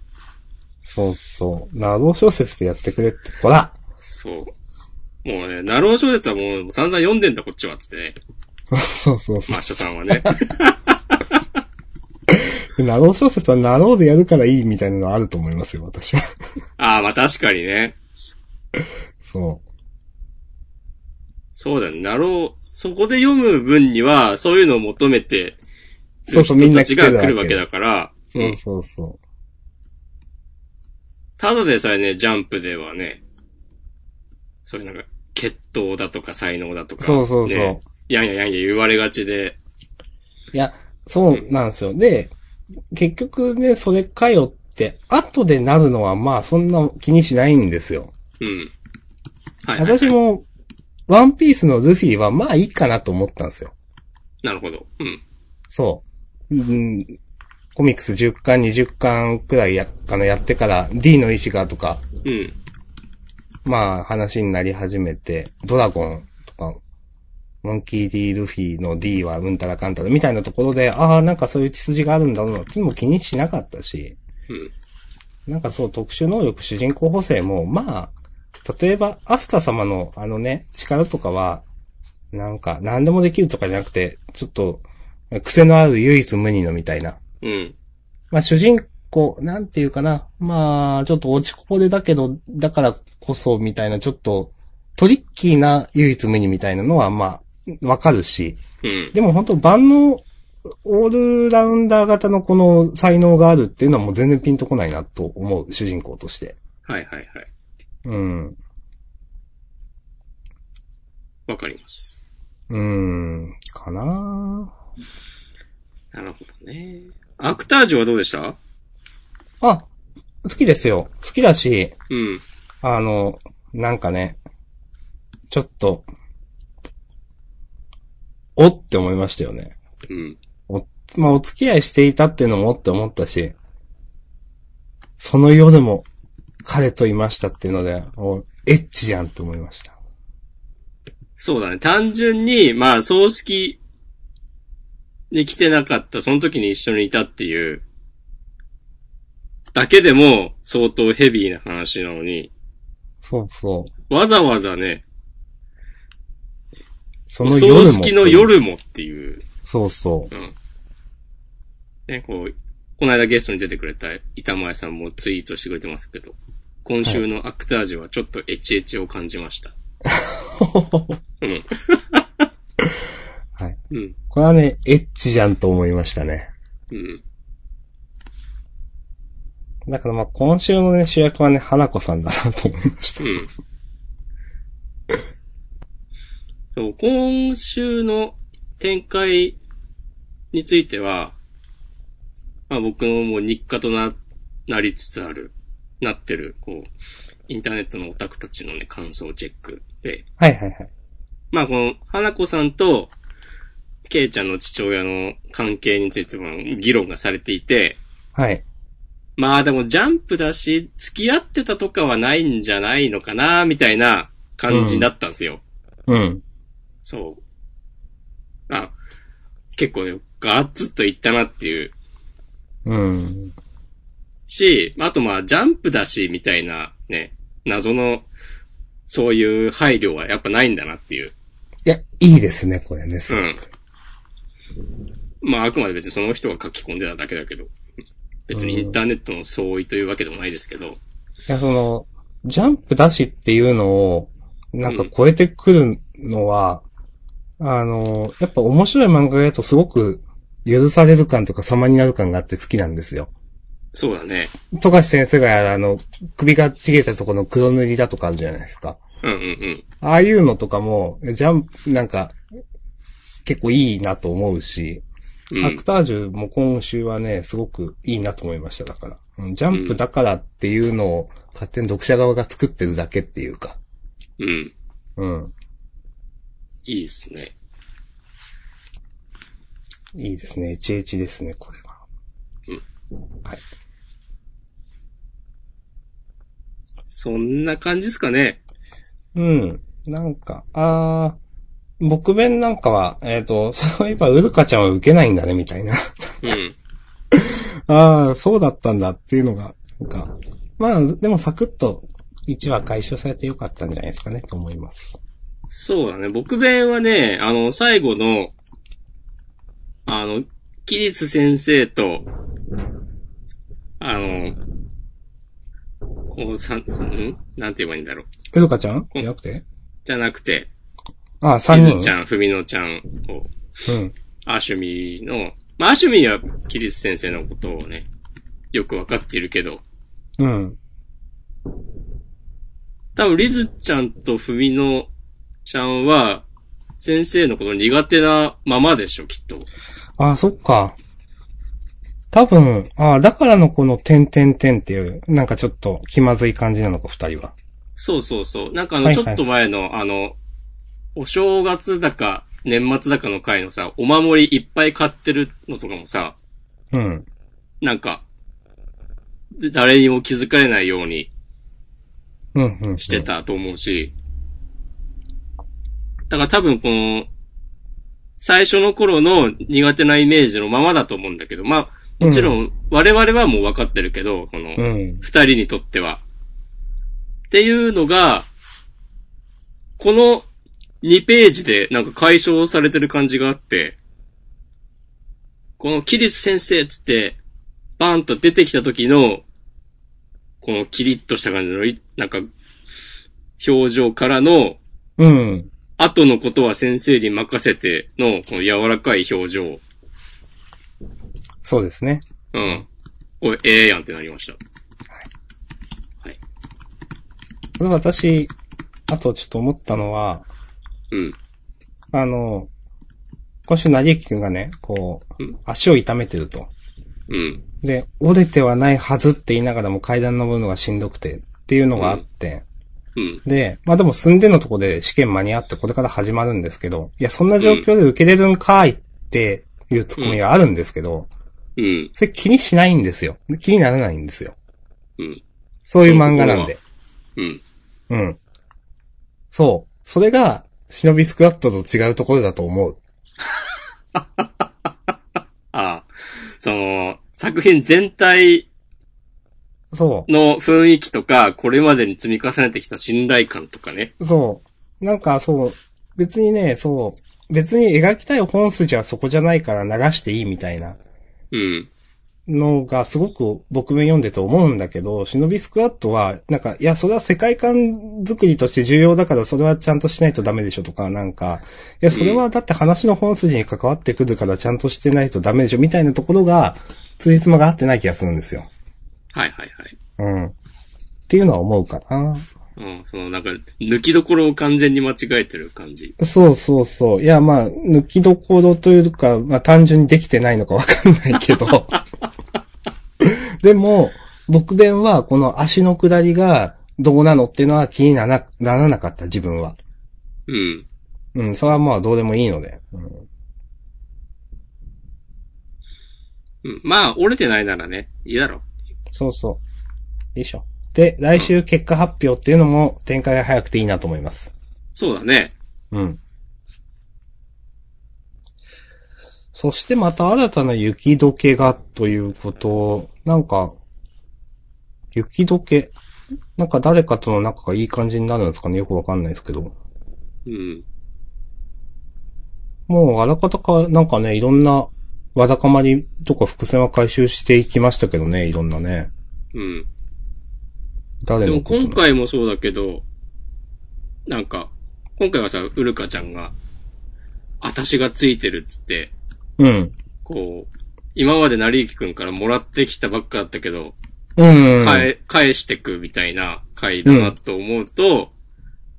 そうそう。など小説でやってくれって。ほら
そう。もうね、ナロー小説はもう散々読んでんだこっちは、つってね。
そうそうそ
マッシャさんは ね。
う。など小説はなどでやるからいいみたいなのあると思いますよ、私は。
ああ、まあ確かにね。
そ
そうだね。ナロー、そこで読む分には、そういうのを求めて
う。そ
る
うそう、み
人
んな
たち
来て
が
る
来るわけだ
け
から、う
そ
ん
うそうそ
ただでさえね、ジャンプではね、そういうなんか、血統だとか才能だと
う。
か、
そうそうそう。
ねやんややんや言われがちで、
いや、そうなんですよ。で、結局ね、それかよって、後でなるのはまあ、そんな気にしないんですよ。
うん。はい、はい。
私も、ワンピースのルフィはまあいいかなと思ったんですよ。
なるほど。うん。
そう。うん、コミックス10巻、20巻くらいや、かな、やってから、D の意志がとか、
うん。
まあ話になり始めて、ドラゴンとか、モンキー D ルフィの D はうんたらかんたらみたいなところで、ああ、なんかそういう血筋があるんだろうなっていうのも気にしなかったし、
うん。
なんかそう、特殊能力、主人公補正も、まあ、例えば、アスタ様のあのね、力とかは、なんか、何でもできるとかじゃなくて、ちょっと、癖のある唯一無二のみたいな。
うん。
まあ、主人公、なんていうかな。まあ、ちょっと落ちこぼれだけど、だからこそ、みたいな、ちょっと、トリッキーな唯一無二みたいなのは、まあ、わかるし。
うん。
でも本当万能、オールラウンダー型のこの才能があるっていうのはもう全然ピンとこないなと思う、主人公として。
はいはいはい。
うん。
わかります。
うん、かな
なるほどね。アクタージュはどうでした
あ、好きですよ。好きだし、
うん。
あの、なんかね、ちょっと、おって思いましたよね。
うん。
お、まあ、お付き合いしていたっていうのもって思ったし、その世でも彼といましたっていうので、おエッチじゃんって思いました。
そうだね。単純に、まあ、葬式に来てなかった、その時に一緒にいたっていう、だけでも相当ヘビーな話なのに、
そうそう。
わざわざね、
そ
お
の夜も。
葬式の。夜もっていう、
そうそう。
うん。ね、こう、この間ゲストに出てくれた板前さんもツイートしてくれてますけど、今週のアクタージュはちょっとエチエチを感じました。うん。
はい。
うん。
これはね、エッチじゃんと思いましたね。
うん。
だからまあ今週のね、主役はね、花子さんだなと思いました。
うん。そう今週の展開については、まあ僕のもう日課とな、なりつつある、なってる、こう、インターネットのオタクたちのね、感想チェックで、
はいはいはい。
まあこの、花子さんと、ケイちゃんの父親の関係についても議論がされていて、
はい。
まあでもジャンプだし、付き合ってたとかはないんじゃないのかな、みたいな感じだったんですよ。
うん。
そう。あ、結構ね、ガッツと言ったなっていう。
うん。
し、あとまあジャンプだし、みたいなね、謎の、そういう配慮はやっぱないんだなっていう。
いや、いいですね、これね。す
う
ごく
ん。まあ、あくまで別にその人が書き込んでただけだけど、別にインターネットの相違というわけでもないですけど、
いや、その、ジャンプだしっていうのを、なんか超えてくるのは、あの、やっぱ面白い漫画だとすごく許される感とか様になる感があって好きなんですよ。
そうだね。
富樫先生が、あの、首がちげたところの黒塗りだとかあるじゃないですか。
うんうんうん。
ああいうのとかも、ジャンプ、なんか、結構いいなと思うし、
うん
アクタージュも今週はね、すごくいいなと思いました、だから。うんジャンプだからっていうのを勝手に読者側が作ってるだけっていうか。
うん。
うん。
いいっすね。
いいですね。HH ですね、これは。はい。
そんな感じですかね。
うん。なんか、あー、僕弁なんかは、えっ、と、そういえば、ウルカちゃんは受けないんだね、みたいな。
うん。
ああ、そうだったんだっていうのが、なんか、まあ、でもサクッと1話解消されてよかったんじゃないですかね、と思います。
そうだね。僕弁はね、あの、最後の、あの、キリス先生と、あの、こうさん、んなんて言えばいいんだろう。
うどかちゃん
うん
いなくて
じゃなくて、
ああ、
キ
3人。
ズちゃん、ふみのちゃんを、
うん。
アシュミの、まあ、アシュミはキリス先生のことをね、よくわかっているけど、
うん。
多分リズちゃんとフミノちゃんは、先生のこと苦手なままでしょ、きっと。
ああ、そっか。多分、ああ、だからのこの点点点っていう、なんかちょっと気まずい感じなのか、二人は。
そうそうそう。なんかあ
は
の、
い
ち
はい
ょっと前の、あの、お正月だか、年末だかの回のさ、お守りいっぱい買ってるのとかもさ、
うん。
なんか、で誰にも気づかれないように
うん、うん。
して。たと思うし、だから多分この、最初の頃の苦手なイメージのままだと思うんだけど、まあ、もちろん、我々はもう分かってるけど、この、
うん。
二人にとっては。っていうのが、この2ページでなんか解消されてる感じがあって、このキリス先生っつって、バーンと出てきた時の、このキリッとした感じのい、なんか、表情からの、
うん。
後のことは先生に任せての、この柔らかい表情。
そうですね。
うん。これ、ええやんってなりました。はい。
これ私、あとちょっと思ったのは、
うん。
あの、今週、成幸くんがね、こう
うん、
足を痛めてると。
うん。
で、折れてはないはずって言いながらも階段登るのがしんどくてっていうのがあって、
うん。
で、まあでも住んでのとこで試験間に合ってこれから始まるんですけど、いや、そんな状況で受けれるんかいっていうツッコミがあるんですけど、
うん。
それ気にしないんですよ。気にならないんですよ。
うん。
そういう漫画なんで。
うん。
うん。そう。それが、忍びスクワットと違うところだと思う。
ああ。その、作品全体
そ
の雰囲気とか、これまでに積み重ねてきた信頼感とかね。
う。そう。なんかそう、別にね、そう、別に描きたい本筋はそこじゃないから流していいみたいな
うん。
のがすごく僕も読んでて思うんだけど、忍びスクワットは、なんか、いや、それは世界観作りとして重要だからそれはちゃんとしないとダメでしょとか、なんか、いや、それはだって話の本筋に関わってくるからちゃんとしてないとダメでしょみたいなところが、辻褄が合ってない気がするんですよ。
はいはいはい。
うん。っていうのは思うかな。
うん。そのなんか、抜きどころを完全に間違えてる感じ。
そうそうそう。いや、まあ、抜きどころというか、まあ単純にできてないのかわかんないけど。 でも、僕弁はこの足の下りがどうなのっていうのは気にならならなかった、自分は。
うん。
うん、それはまあどうでもいいので。うん
うん、まあ、折れてないならね、いいだろ。
そうそう。よいしょ。で、来週結果発表っていうのも展開が早くていいなと思います。
そうだね。
うん。そしてまた新たな雪解けがということ、なんか、雪解け、なんか誰かとの仲がいい感じになるんですかねよくわかんないですけど。
うん。
もうあらかたか、なんかね、いろんなわだかまりとか伏線は回収していきましたけどね、いろんなね。
うん。
誰
で
の
も
こと
今
も
回もそうだけど、なんか、今回はさ、ウルカちゃんが、私がついてるっつって、
うん。
こう、今まで成幸くんからもらってきたばっかだったけど、
うん。
返、返してくみたいな回だなと思うと、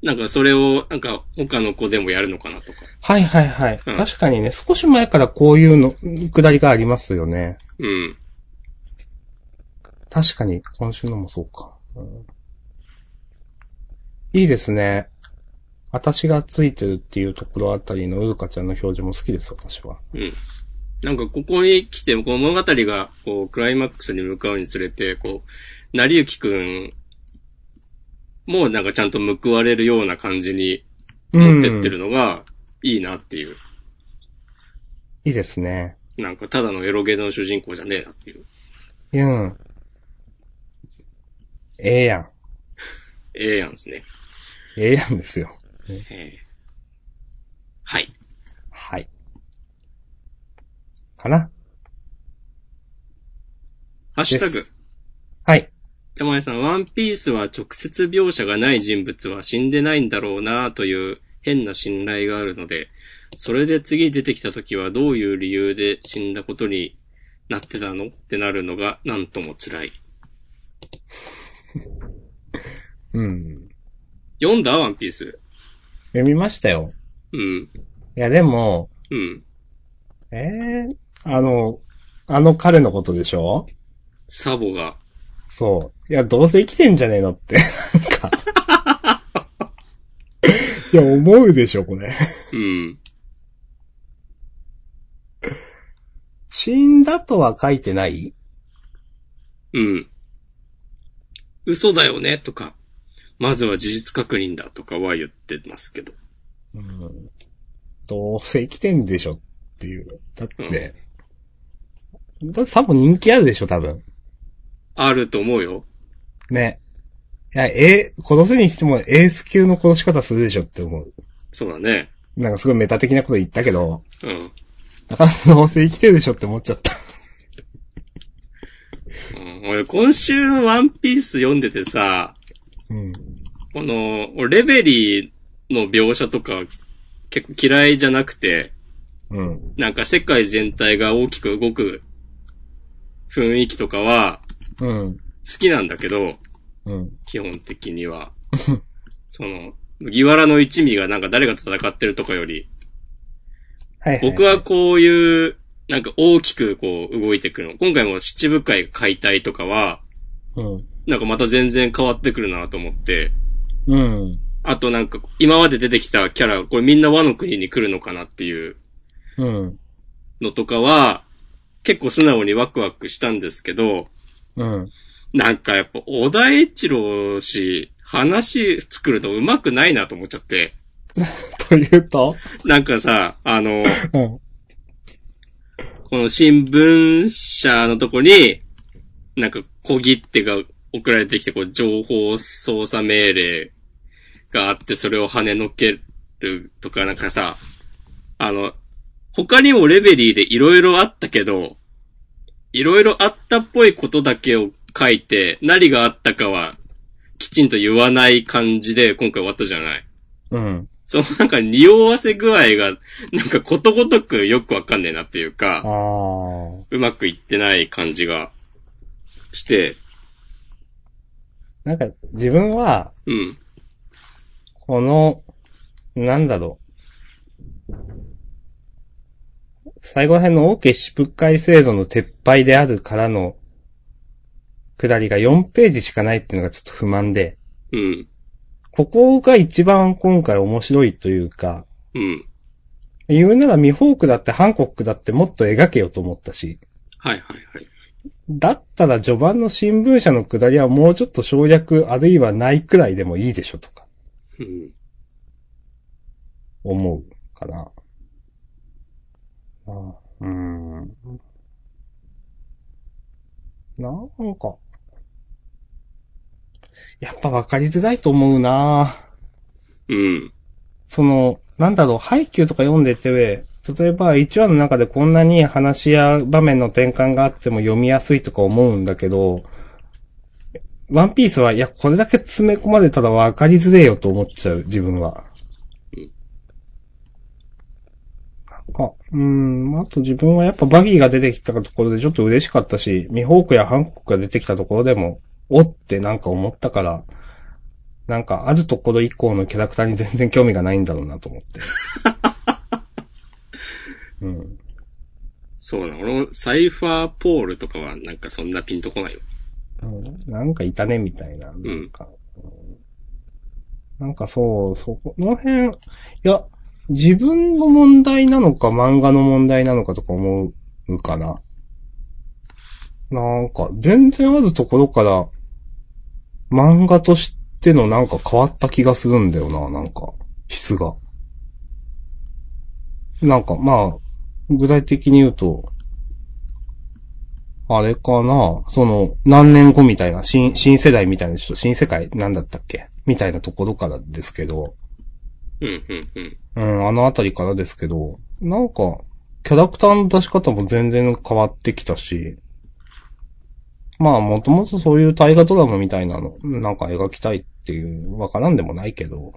なんかそれを、なんか他の子でもやるのかなとか。
はいはいはい。
うん
確かにね、少し前からこういうの、くだりがありますよね。
うん。
確かに、今週のもそうか。うんいいですね。私がついてるっていうところあたりのうるかちゃんの表示も好きです、私は。
うん。なんかここに来て、この物語が、こう、クライマックスに向かうにつれて、こう、成幸くんもなんかちゃんと報われるような感じに持ってってるのが、いいなっていう。
いいですね。
なんかただのエロゲの主人公じゃねえなっていう。
うん。ええやん。
ええやんですね。
ええやんですよ。
ええはい。
はい。かな
ハッシュタグ
で。すはい。
手前さん、ワンピースは直接描写がない人物は死んでないんだろうなという変な信頼があるので、それで次出てきた時はどういう理由で死んだことになってたのってなるのがなんとも辛い。
うん。
読んだワンピース。
読みましたよ。
うん。
いや、でも、
うん。
ええあの、あの彼のことでしょ
サボが。
そう。いや、どうせ生きてんじゃねえのって。 なんか。いや、思うでしょ、これ。
うん。
死んだとは書いてない
うん。嘘だよねとか、まずは事実確認だとかは言ってますけど。
うん。どうせ生きてんでしょっていう。だって。だってサボ人気あるでしょ、多分。
あると思うよ。
ね。いや、え、殺せにしてもエース級の殺し方するでしょって思う。
そうだね。
なんかすごいメタ的なこと言ったけど、
うん。
だからどうせ生きてるでしょって思っちゃった。
うん、俺今週のワンピース読んでてさ、
うん。
この、俺レベリーの描写とか結構嫌いじゃなくて、
うん。
なんか世界全体が大きく動く雰囲気とかは
うん。
好きなんだけど、
うん。
基本的には。その、麦わらの一味がなんか誰が戦ってるとかより、
はい、はい。
僕はこういうなんか大きくこう動いてくるの。今回も七部会解体とかは、
うん。
なんかまた全然変わってくるなと思って、
うん。
あとなんか今まで出てきたキャラ、これみんな和の国に来るのかなっていう
うん。
のとかは、結構素直にワクワクしたんですけど、
うん。
なんかやっぱ小田栄一郎氏、話作るの上手くないなと思っちゃって、
というと
なんかさ、あの、
うん。
この新聞社のとこに、なんか小切手が送られてきて、こう情報操作命令があって、それを跳ねのけるとか、なんかさ、あの、他にもレベリーでいろいろあったけど、いろいろあったっぽいことだけを書いて、何があったかは、きちんと言わない感じで、今回終わったじゃない。
うん。
そのなんか匂わせ具合が、なんかことごとくよくわかんねえなっていうか
あ、あ。
うまくいってない感じがして、
なんか、自分は、
うん。
この、なんだろう。最後ら辺のオーケー支部会制度の撤廃であるからの、下りが4ページしかないっていうのがちょっと不満で、
うん。
ここが一番今回面白いというか、
うん。
言うならミホークだってハンコックだってもっと描けよと思ったし、
はいはいはい。
だったら序盤の新聞社の下りはもうちょっと省略あるいはないくらいでもいいでしょとか、
うん。
思うかな。ああうーん。なんか、やっぱ分かりづらいと思うな
うん。
その、なんだろう、配給とか読んでて、例えば1話の中でこんなに話や場面の転換があっても読みやすいとか思うんだけど、ワンピースは、いや、これだけ詰め込まれたら分かりづれえよと思っちゃう、自分は。なんか、うーん、あと自分はやっぱバギーが出てきたところでちょっと嬉しかったし、ミホークやハンコックが出てきたところでも、おってなんか思ったから、なんかあるところ以降のキャラクターに全然興味がないんだろうなと思って。うん。
そうなの。俺もサイファーポールとかはなんかそんなピンとこないよ。
うんなんかいたねみたいな。なんか、うんなんかそう、そこの辺、いや、自分の問題なのか漫画の問題なのかとか思うかな。なんか、全然あるところから、漫画としてのなんか変わった気がするんだよな、なんか、質が。なんか、まあ、具体的に言うと、あれかなその、何年後みたいな、新、新世代みたいな人、新世界なんだったっけみたいなところからですけど、
うん、うん、うん。
うん、あのあたりからですけど、なんか、キャラクターの出し方も全然変わってきたし、まあ、もともとそういう大河ドラマみたいなの、なんか描きたいっていう、わからんでもないけど、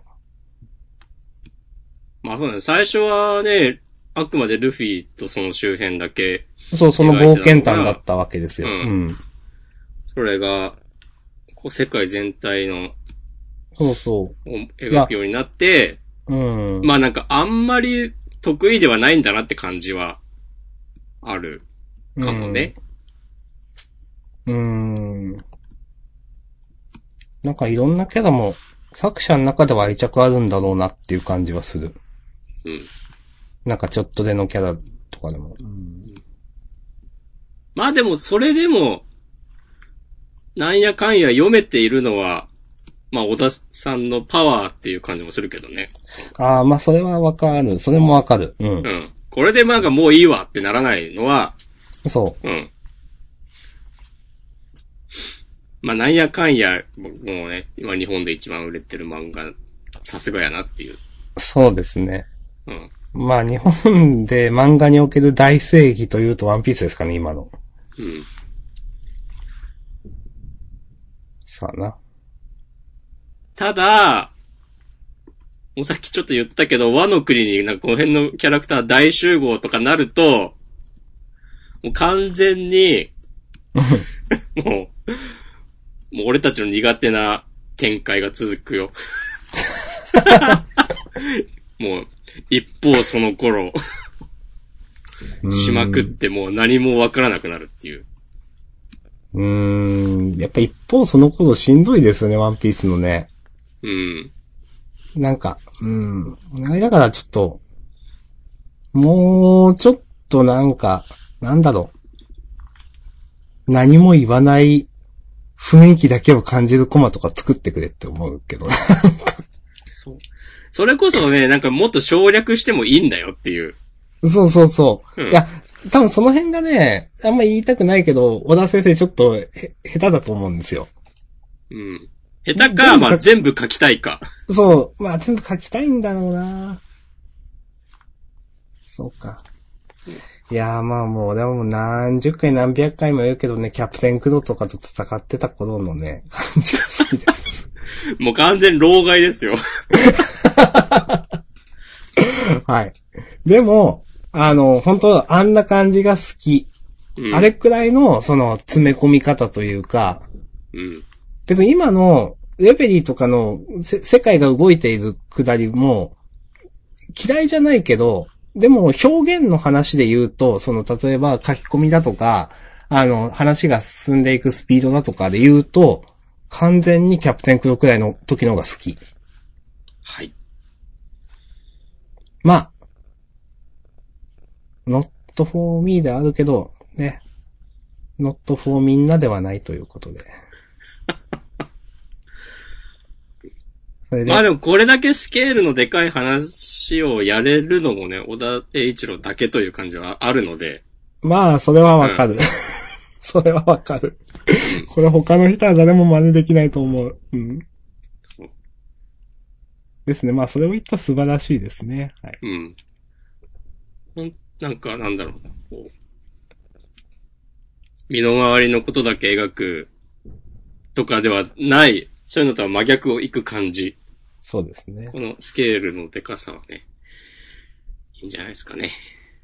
まあそうだね。最初はね、あくまでルフィとその周辺だけ、
そう、その冒険団だったわけですよ。
う
うんん。
それが、こう世界全体の
そうそ
を描くようになって、
う。うん。
まあなんかあんまり得意ではないんだなって感じはあるかもね。
うーん。なんかいろんなキャラも作者の中では愛着あるんだろうなっていう感じはする。
うん。
なんかちょっとでのキャラとかでも。
まあでも、それでも、なんやかんや読めているのは、まあ、小田さんのパワーっていう感じもするけどね。
ああ、まあそれはわかる。それもわかる。う。
うんん。これでなんかもういいわってならないのは、
そ
うん。まあ、なんやかんや、僕もね、今日本で一番売れてる漫画、さすがやなっていう。
う。そうですね。
うん。
まあ日本で漫画における大正義というとワンピースですかね、今の。
うん。
さあな。
ただ、もうさっきちょっと言ったけど、和の国になんかこの辺のキャラクター大集合とかなると、もう完全に、もう、もう俺たちの苦手な展開が続くよ。もう、一方その頃、しまくっ
う
てもう何もわからなくなるっていう。
ーん。やっぱ一方そのことしんどいですよね、ワンピースのね。
うん。
なんか、うん。あれだからちょっと、もうちょっとなんか、なんだろう。何も言わない雰囲気だけを感じるコマとか作ってくれって思うけど。
そう。それこそね、なんかもっと省略してもいいんだよっていう。
そうそうそう。
うん
いや、多分その辺がね、あんま言いたくないけど、小田先生ちょっとへ下手だと思うんですよ。
うん。下手か、まあ全部書きたいか。
そう。まあ全部書きたいんだろうなそうか。いやーまあもう、でも何十回何百回も言うけどね、キャプテンクドとかと戦ってた頃のね、 感じが好きです。
もう完全に老害ですよ。
はい。でも、あの、本当あんな感じが好き。
うん
あれくらいの、その、詰め込み方というか、
うん。
別に今の、レベリーとかのせ、世界が動いているくだりも、嫌いじゃないけど、でも表現の話で言うと、その、例えば書き込みだとか、あの、話が進んでいくスピードだとかで言うと、完全にキャプテンクロくらいの時の方が好き。
はい。
まあ、not for me であるけど、ね。not for みんなではないということで。それで
まあでもこれだけスケールのでかい話をやれるのもね、小田栄一郎だけという感じはあるので、
まあ、それはわかる。 それはわかる。これ他の人は誰も真似できないと思う。うん。
そう
ですね。まあ、それを言ったら素晴らしいですね。はい。
うん。ほんなんか、なんだろうな、こう。身の回りのことだけ描くとかではない、そういうのとは真逆をいく感じ。
そうですね。
このスケールのでかさはね、いいんじゃないですかね。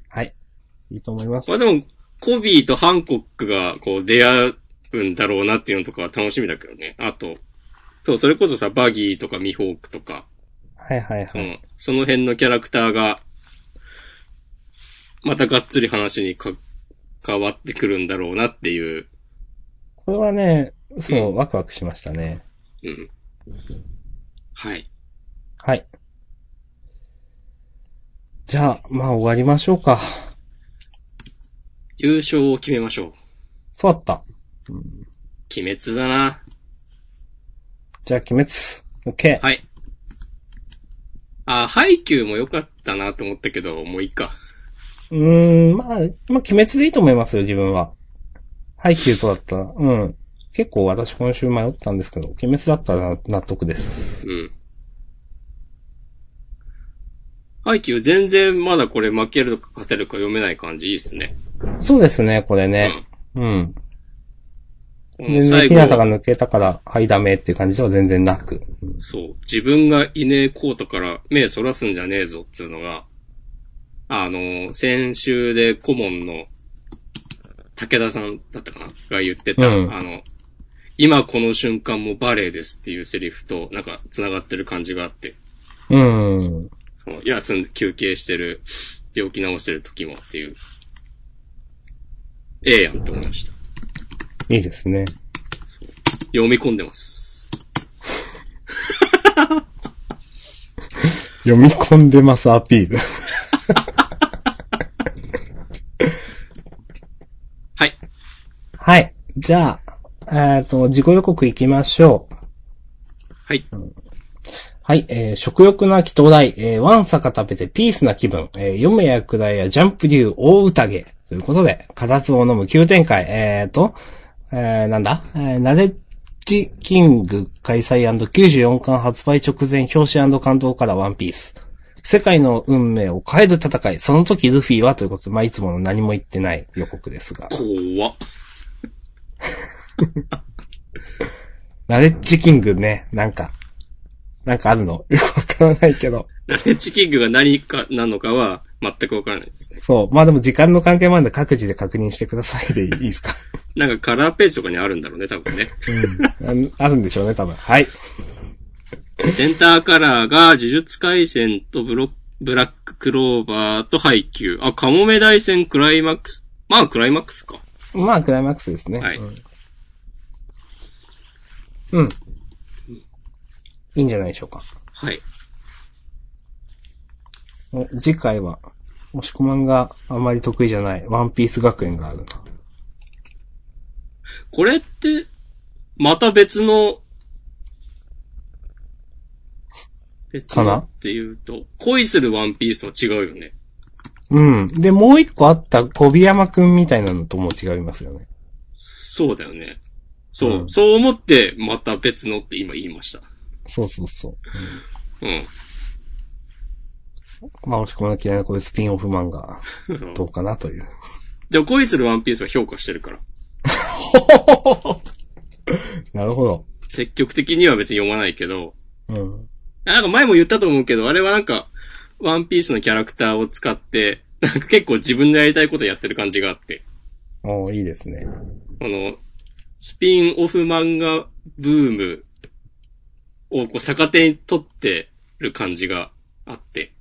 はい。いいと思います。
まあでも、コビーとハンコックがこう出会うんだろうなっていうのとかは楽しみだけどね。あと、そう、それこそさ、バギーとかミホークとか、
はいはいは
う
い。
ん、その辺のキャラクターが、またがっつり話にか、関わってくるんだろうなっていう、
これはね、そうう、ワクワクしましたね。
うん。はい。
はい。じゃあ、まあ終わりましょうか。
優勝を決めましょう。
そうだった。
鬼滅だな。
じゃあ、鬼滅。OK。
はい。あ、ハイキューも良かったなと思ったけど、もういいか。
うーん、まあ、まあ、鬼滅でいいと思いますよ、自分は。ハイキューとだったら、うん。結構私今週迷ったんですけど、鬼滅だったら納得です。
うん。ハイキュー全然まだこれ負けるか勝てるか読めない感じいいっすね。
そうですね、これね。うん。
この
全然、
最
ひ
後
なたが抜けたから、はい、ダメっていう感じでは全然なく。
そう、自分がいねえコートから目そらすんじゃねえぞっつうのが、あの、先週で顧問の武田さんだったかなが言ってた、
うん
あの、今この瞬間もバレエですっていうセリフとなんか繋がってる感じがあって、
うん。
その休んで休憩してる、病気治してる時もっていう、ええやんと思いました。
いいですね。
読み込んでます。
読み込んでます、アピール。
はい。
はい。じゃあ、えっ、と、自己予告行きましょう。
はい。
はい、えー食欲の秋到来、えーワンサカ食べてピースな気分、えー、読めやくらやジャンプ流大宴ということで、カタツを飲む急展開、えーと、えーなんだ、えーナレッジキング開催 &94 巻発売直前表紙感動からワンピース。世界の運命を変える戦い、その時ルフィはということで、まあ、いつもの何も言ってない予告ですが、
怖っ。
ナレッジキングね、なんか、なんかあるのよくわからないけど。
ナレッジキングが何か、なのかは、全くわからないですね。
そう。まあでも時間の関係もあるんで各自で確認してくださいでいいで すか、
なんかカラーページとかにあるんだろうね、多分ね。
うん、ああるんでしょうね、多分。はい。
センターカラーが呪術回戦とブロッブラッククローバーとハイキュー。あ、カモメ大戦クライマックス。まあ、クライマックスか。
まあ、クライマックスですね。
はい
うん。うん。いいんじゃないでしょうか。
はい。
お次回は、押し込まんがあまり得意じゃない、ワンピース学園があるな。
これって、また別の、別
かな
のっていうと、恋するワンピースとは違うよね。
うん。で、もう一個あった、小ビ山くんみたいなのとも違いますよね。
そうだよね。そう、
うん
そう思って、また別のって今言いました。
そうそうそう。
うん。
まあ、押し込まんが嫌いなこういうスピンオフ漫画、
そう
どうかなと いう。
じゃあ恋するワンピースは評価してるから。
なるほど。
積極的には別に読まないけど、
うん。
なんか前も言ったと思うけど、あれはなんか、ワンピースのキャラクターを使って、なんか結構自分のやりたいことやってる感じがあって、
おーいいですね。
あの、スピンオフ漫画ブームをこう逆手に取ってる感じがあって、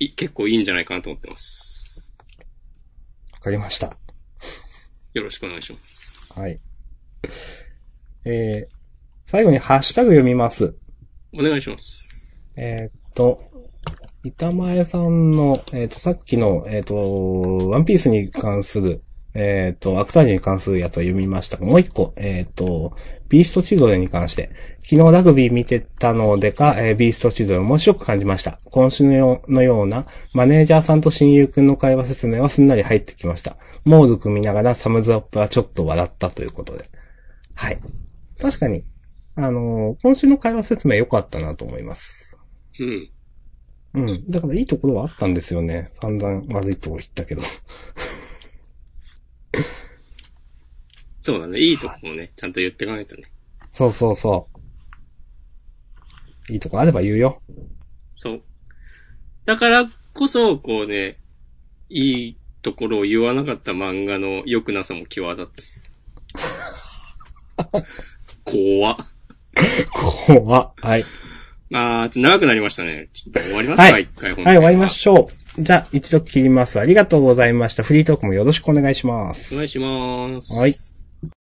い結構いいんじゃないかなと思ってます。
わかりました。
よろしくお願いします。
はい。えー、最後にハッシュタグ読みます。
お願いします。
えーっと、板前さんの、えーっと、さっきの、えーっと、ワンピースに関する、えーっと、アクタージュに関するやつは読みましたが、もう一個、えーっと、ビーストチルドレンに関して、昨日ラグビー見てたのでか、えービーストチルドレン面白く感じました。今週のようのような、マネージャーさんと親友くんの会話説明はすんなり入ってきました。モール組見ながらサムズアップはちょっと笑ったということで。はい。確かに、あのー今週の会話説明良かったなと思います。
うん。
うん。だからいいところはあったんですよね。散々悪いとこ言ったけど。
そうだね。いいとこもね、ちゃんと言っていかないとね。
そうそうそう。いいとこあれば言うよ。
そう。だからこそ、こうね、いいところを言わなかった漫画の良くなさも 際立つ。怖っ。
怖っはい。
まあ、ちょっと長くなりましたね。ちょっと終わりますか、
はい
一回本当
はい、
に
終わりましょう。じゃあ、一度切ります。ありがとうございました。フリートークもよろしくお願いします
お。願いします。
はい